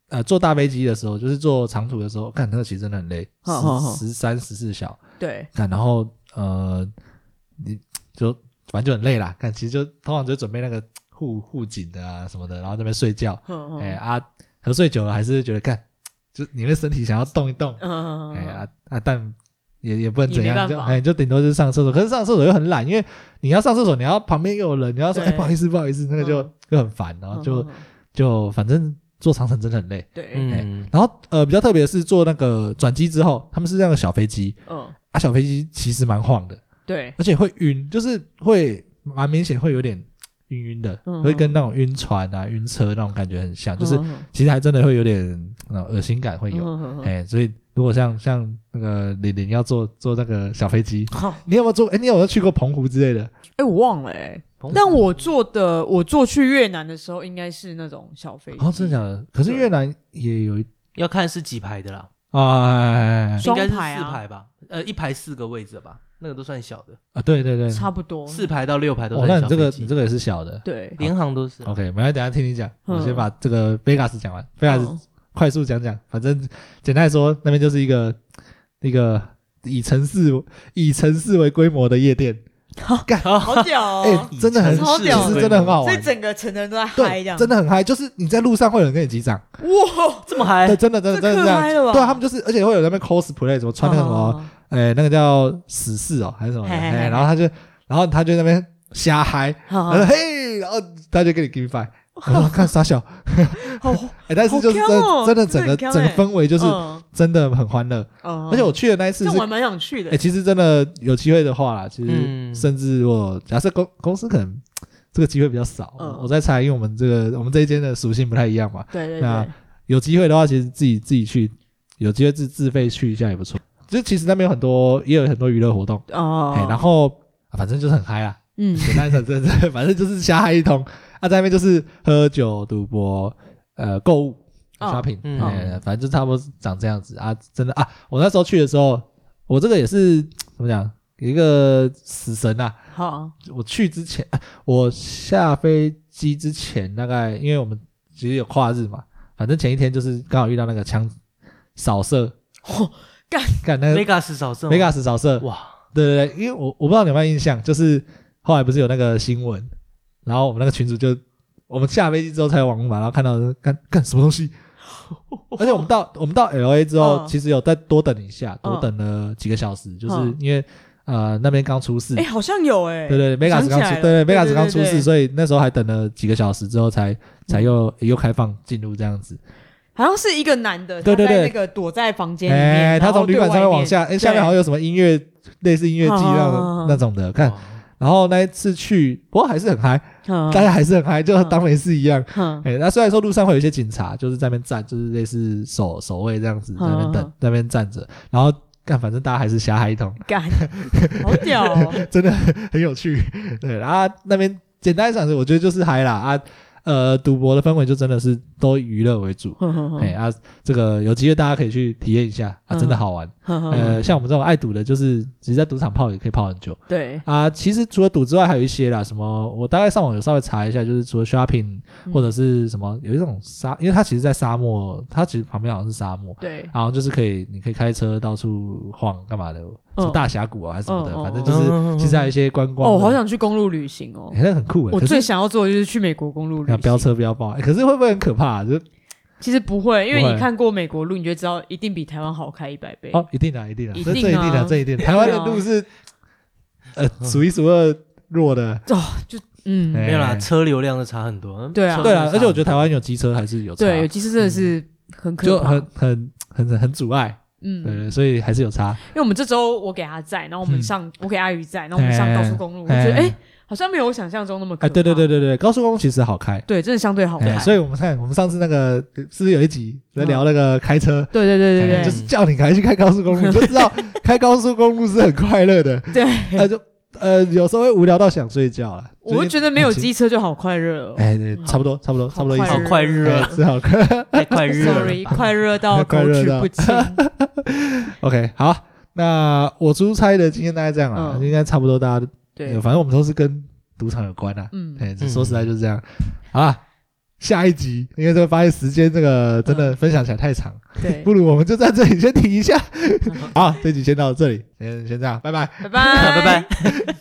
[SPEAKER 1] 呃坐大飞机的时候，就是坐长途的时候，看那个其实真的很累，
[SPEAKER 2] 好好好
[SPEAKER 1] 十三十四小，
[SPEAKER 2] 对，
[SPEAKER 1] 看然后呃你就反正就很累啦，看其实就通常就准备那个护护颈的啊什么的，然后在那边睡觉，
[SPEAKER 2] 嗯
[SPEAKER 1] 哎、啊喝睡久了还是觉得看，就你的身体想要动一动，
[SPEAKER 2] 嗯
[SPEAKER 1] 哎啊啊，但也也不能
[SPEAKER 2] 也
[SPEAKER 1] 怎
[SPEAKER 2] 没
[SPEAKER 1] 样，
[SPEAKER 2] 办
[SPEAKER 1] 就
[SPEAKER 2] 法
[SPEAKER 1] 哎就顶多就是上厕所。可是上厕所又很懒，因为你要上厕所，你要旁边又有人，你要说哎
[SPEAKER 2] 对
[SPEAKER 1] 不好意思不好意思，那个就
[SPEAKER 2] 嗯
[SPEAKER 1] 就很烦，然后就就反正坐长城真的很累。
[SPEAKER 2] 对，
[SPEAKER 3] 嗯，
[SPEAKER 1] 然后呃比较特别的是坐那个转机之后，他们是那个小飞机
[SPEAKER 2] 嗯
[SPEAKER 1] 啊，小飞机其实蛮晃的，
[SPEAKER 2] 对，
[SPEAKER 1] 而且会晕，就是会蛮明显会有点晕晕的，
[SPEAKER 2] 嗯
[SPEAKER 1] 会跟那种晕船啊晕车那种感觉很像，就是
[SPEAKER 2] 嗯
[SPEAKER 1] 其实还真的会有点那种恶心感会有。
[SPEAKER 2] 嗯嗯
[SPEAKER 1] 哎、所以如果像像那个玲玲要坐坐那个小飞机，
[SPEAKER 2] 好，
[SPEAKER 1] 你有没有坐？哎、你有没有去过澎湖之类的？
[SPEAKER 2] 哎，我忘了哎，但我坐的，我坐去越南的时候，应该是那种小飞机，
[SPEAKER 1] 哦，真的假的？可是
[SPEAKER 2] 对
[SPEAKER 1] 越南也有一
[SPEAKER 3] 要看是几排的啦，
[SPEAKER 2] 哎
[SPEAKER 1] 啊
[SPEAKER 2] 双
[SPEAKER 3] 应该是四
[SPEAKER 2] 排啊
[SPEAKER 3] 排吧，呃，一排四个位置吧，那个都算小的，
[SPEAKER 1] 啊，对对对，
[SPEAKER 2] 差不多，
[SPEAKER 3] 四排到六排都
[SPEAKER 1] 哦，那你
[SPEAKER 3] 算小
[SPEAKER 1] 这
[SPEAKER 3] 飞
[SPEAKER 1] 个你
[SPEAKER 3] 机，
[SPEAKER 1] 这个也是小的。
[SPEAKER 2] 对，
[SPEAKER 3] 联航都是啊，
[SPEAKER 1] OK，没关系，等一下听你讲，
[SPEAKER 2] 嗯
[SPEAKER 1] 我先把这个 Vegas 讲完，Vegas
[SPEAKER 2] 嗯
[SPEAKER 1] 快速讲讲，反正简单来说，那边就是一个一个以城市以城市为规模的夜店，
[SPEAKER 2] 好屌
[SPEAKER 1] 哎
[SPEAKER 2] 哦，
[SPEAKER 3] 以
[SPEAKER 1] 真的很
[SPEAKER 3] 城
[SPEAKER 2] 超
[SPEAKER 3] 市
[SPEAKER 2] 屌
[SPEAKER 1] 其实
[SPEAKER 3] 为
[SPEAKER 1] 真的很
[SPEAKER 3] 模
[SPEAKER 1] 好
[SPEAKER 2] 所以
[SPEAKER 1] 玩，
[SPEAKER 2] 整个城的人都在嗨这
[SPEAKER 1] 对，
[SPEAKER 2] 样，
[SPEAKER 1] 真的很嗨，就是你在路上会有人跟你击掌，
[SPEAKER 2] 哇，
[SPEAKER 3] 这么嗨
[SPEAKER 1] 对，，真的真的
[SPEAKER 2] 哎这
[SPEAKER 1] 真的
[SPEAKER 2] 可
[SPEAKER 1] 这
[SPEAKER 2] 嗨了吧
[SPEAKER 1] 样，对啊，他们就是，而且会有人在那边 cosplay，怎么穿那个什么，
[SPEAKER 2] 么
[SPEAKER 1] 哎，那个叫死士哦，还是什么的，
[SPEAKER 2] 嘿嘿嘿哦
[SPEAKER 1] 哎，然后他就，然后他就在那边瞎嗨，然后
[SPEAKER 2] 好
[SPEAKER 1] 就嘿，然后他就给你 give five，然后看傻笑，
[SPEAKER 2] 好，
[SPEAKER 1] 哎，但是就是真
[SPEAKER 2] 好强哦
[SPEAKER 1] 的真的整个
[SPEAKER 2] 真的
[SPEAKER 1] 整
[SPEAKER 2] 很强
[SPEAKER 1] 个
[SPEAKER 2] 哎
[SPEAKER 1] 氛围就是
[SPEAKER 2] 嗯，
[SPEAKER 1] 真的很欢乐，
[SPEAKER 2] 而
[SPEAKER 1] 而且我去的那一
[SPEAKER 2] 这
[SPEAKER 1] 次
[SPEAKER 2] 样
[SPEAKER 1] 是
[SPEAKER 2] 我，还蛮想去的
[SPEAKER 1] 哎，，其实真的有机会的话啦，其实
[SPEAKER 3] 嗯
[SPEAKER 1] 甚至如果假设公公司可能这个机会比较少，
[SPEAKER 2] 嗯
[SPEAKER 1] 我在猜，因为我们这个我们这一间的属性不太一样嘛，
[SPEAKER 2] 对对
[SPEAKER 1] 那
[SPEAKER 2] 对，
[SPEAKER 1] 有机会的话，其实自己自己去，有机会自自费去一下也不错。就其实那边有很多，也有很多娱乐活动，
[SPEAKER 2] 哦
[SPEAKER 1] 哎、，然后、啊反正就是很嗨啊，
[SPEAKER 2] 嗯
[SPEAKER 1] 简单讲，真的， 反正就是瞎嗨一通。啊，在那边就是喝酒、赌博、呃，购物、
[SPEAKER 2] 哦
[SPEAKER 1] shopping，、
[SPEAKER 3] 嗯
[SPEAKER 1] 哎反正就差不多长这样子啊。真的啊，我那时候去的时候，我这个也是怎么讲，有一个死神啊，
[SPEAKER 2] 好，
[SPEAKER 1] 我去之前，啊我下飞机之前，大概因为我们其实有跨日嘛，反正前一天就是刚好遇到那个枪扫射，
[SPEAKER 2] 哦干
[SPEAKER 1] 干那个
[SPEAKER 3] Vegas 少胜，
[SPEAKER 1] Vegas 扫射，
[SPEAKER 3] 哇，
[SPEAKER 1] 对对对，因为我我不知道你有没有印象，就是后来不是有那个新闻，然后我们那个群主就我们下飞机之后才有网络嘛，然后看到干干什么东 西，而且我们到我们到 L A 之后，
[SPEAKER 2] 嗯
[SPEAKER 1] 其实有再多等一下，多
[SPEAKER 2] 嗯
[SPEAKER 1] 等了几个小时，就是
[SPEAKER 2] 嗯
[SPEAKER 1] 因为呃那边刚出事
[SPEAKER 2] 哎，，好像有哎，
[SPEAKER 1] 对对
[SPEAKER 2] 想
[SPEAKER 1] ，Vegas
[SPEAKER 2] 起
[SPEAKER 1] 刚
[SPEAKER 2] 来
[SPEAKER 1] 出，
[SPEAKER 2] 了
[SPEAKER 1] 对
[SPEAKER 2] 对
[SPEAKER 1] ，Vegas
[SPEAKER 2] 对
[SPEAKER 1] 刚出
[SPEAKER 2] 对
[SPEAKER 1] 事，所以那时候还等了几个小时之后才才又又开放进入这样子。哎
[SPEAKER 2] 好像是一个男的，
[SPEAKER 1] 对对
[SPEAKER 2] 他在
[SPEAKER 1] 对
[SPEAKER 2] 那个躲在房间里面，
[SPEAKER 1] 哎，他
[SPEAKER 2] 然后
[SPEAKER 1] 从旅
[SPEAKER 2] 对
[SPEAKER 1] 馆上
[SPEAKER 2] 外
[SPEAKER 1] 面往
[SPEAKER 2] 面
[SPEAKER 1] 下，哎，下面
[SPEAKER 2] 对
[SPEAKER 1] 好像有什么音乐，类似音乐季
[SPEAKER 2] 好
[SPEAKER 1] 那
[SPEAKER 2] 好好
[SPEAKER 1] 种
[SPEAKER 2] 好
[SPEAKER 1] 那种的，
[SPEAKER 2] 哦
[SPEAKER 1] 看。
[SPEAKER 3] 哇
[SPEAKER 1] 然后那一次去，不过还是很嗨，
[SPEAKER 2] 嗯
[SPEAKER 1] 大家还是很嗨，就
[SPEAKER 2] 嗯
[SPEAKER 1] 当没事一样。
[SPEAKER 2] 嗯
[SPEAKER 1] 哎，那虽然说路上会有一些警察，就是在那边站，就是类似守守卫这样子，在那边
[SPEAKER 2] 嗯
[SPEAKER 1] 等在
[SPEAKER 2] 嗯，
[SPEAKER 1] 那边站着，然后。干，反正大家还是瞎嗨一通，
[SPEAKER 2] 干，好屌 哦，
[SPEAKER 1] 真的很有趣。对，然后那边简单讲是，我觉得就是嗨啦啊，呃，赌博的氛围就真的是都以娱乐为主。
[SPEAKER 2] 哼哼哼
[SPEAKER 1] 哎、啊，这个有机会大家可以去体验一下啊，
[SPEAKER 2] 嗯
[SPEAKER 1] 真的好玩。
[SPEAKER 2] 哼哼
[SPEAKER 1] 呃，像我们这种爱赌的，就是直接在赌场泡也可以泡很久
[SPEAKER 2] 对，
[SPEAKER 1] 啊。其实除了赌之外，还有一些啦，什么我大概上网有稍微查一下，就是除了 shopping
[SPEAKER 2] 嗯
[SPEAKER 1] 或者是什么，有一种沙，因为它其实，在沙漠，它其实旁边好像是沙漠，
[SPEAKER 2] 对，
[SPEAKER 1] 然后就是可以，你可以开车到处晃干嘛的，什么大峡谷啊还是什么的，
[SPEAKER 2] 嗯嗯嗯
[SPEAKER 1] 反正就是其实还有一些观光的。
[SPEAKER 2] 哦，我好想去公路旅行哦
[SPEAKER 1] 欸，，那很酷欸
[SPEAKER 2] 我
[SPEAKER 1] 可是
[SPEAKER 2] 最想要做的就是去美国公路旅
[SPEAKER 1] 啊飙
[SPEAKER 2] 行。
[SPEAKER 1] 车飙爆、欸可是会不会很可怕、就
[SPEAKER 2] 其实不会，因为
[SPEAKER 1] 不会
[SPEAKER 2] 你看过美国路，你就知道一定比台湾好开一百倍。
[SPEAKER 1] 哦，一定的、一定的、
[SPEAKER 2] 一
[SPEAKER 1] 这
[SPEAKER 2] 定
[SPEAKER 1] 这一定的、
[SPEAKER 2] 啊
[SPEAKER 1] 这一定的。台湾的路是、呃数一数二弱的，
[SPEAKER 2] 哦，就嗯，
[SPEAKER 1] 哎
[SPEAKER 3] 嗯没有啦，车流量的差很多。嗯
[SPEAKER 2] 对啊
[SPEAKER 3] 车流
[SPEAKER 1] 对
[SPEAKER 3] 量
[SPEAKER 1] 啊，而且我觉得台湾有机车还是有差，
[SPEAKER 2] 对，有机车真的是很可
[SPEAKER 1] 就
[SPEAKER 2] 怕
[SPEAKER 1] 很，很很很阻碍，
[SPEAKER 2] 嗯，
[SPEAKER 1] 对对，所以还是有差。
[SPEAKER 2] 因为我们这周我给他载，然后我们
[SPEAKER 1] 嗯
[SPEAKER 2] 上，我给阿宇载，然后我们上高速公路，我觉得
[SPEAKER 1] 哎
[SPEAKER 2] 哎，好像没有我想象中那么可
[SPEAKER 1] 哎，
[SPEAKER 2] 怕，
[SPEAKER 1] 对对对对对，高速公路其实好开，
[SPEAKER 2] 对，真的相对好
[SPEAKER 1] 哎
[SPEAKER 2] 开，
[SPEAKER 1] 所以我们看我们上次那个是不是有一集在聊那个开车？
[SPEAKER 2] 对对对
[SPEAKER 1] 哎
[SPEAKER 2] 对
[SPEAKER 1] 就
[SPEAKER 2] 对
[SPEAKER 1] 是叫你赶快去开高速公路，你就知道开高速公路是很快乐的。
[SPEAKER 2] 对，
[SPEAKER 1] 那就呃有时候会无聊到想睡觉了。
[SPEAKER 2] 我就觉得没有机
[SPEAKER 1] 机，
[SPEAKER 2] 车就好快乐哦。
[SPEAKER 1] 哎，对，
[SPEAKER 2] 嗯
[SPEAKER 1] 差不多差不多差不多意思
[SPEAKER 3] 好，快热
[SPEAKER 1] 哎
[SPEAKER 3] 啊，
[SPEAKER 1] 是好 看。
[SPEAKER 3] 太快热了
[SPEAKER 2] Sorry，快热到口
[SPEAKER 1] 快热
[SPEAKER 2] 齿
[SPEAKER 1] 到
[SPEAKER 2] 不 清。
[SPEAKER 1] OK，好，那我出差的今天大概这样了，
[SPEAKER 2] 嗯
[SPEAKER 1] 应该差不多，大家
[SPEAKER 2] 对，
[SPEAKER 1] 反正我们都是跟赌场有关啊。
[SPEAKER 2] 嗯，
[SPEAKER 1] 哎，这
[SPEAKER 3] 嗯
[SPEAKER 1] 说实在就是这样。好啦，下一集因为这个发现时间这个真的分享起来太长，
[SPEAKER 2] 嗯对， 嗯
[SPEAKER 1] 不如我们就在这里先停一下。好，这集先到这里，先先这样，拜拜。
[SPEAKER 2] 拜拜，
[SPEAKER 3] 拜拜。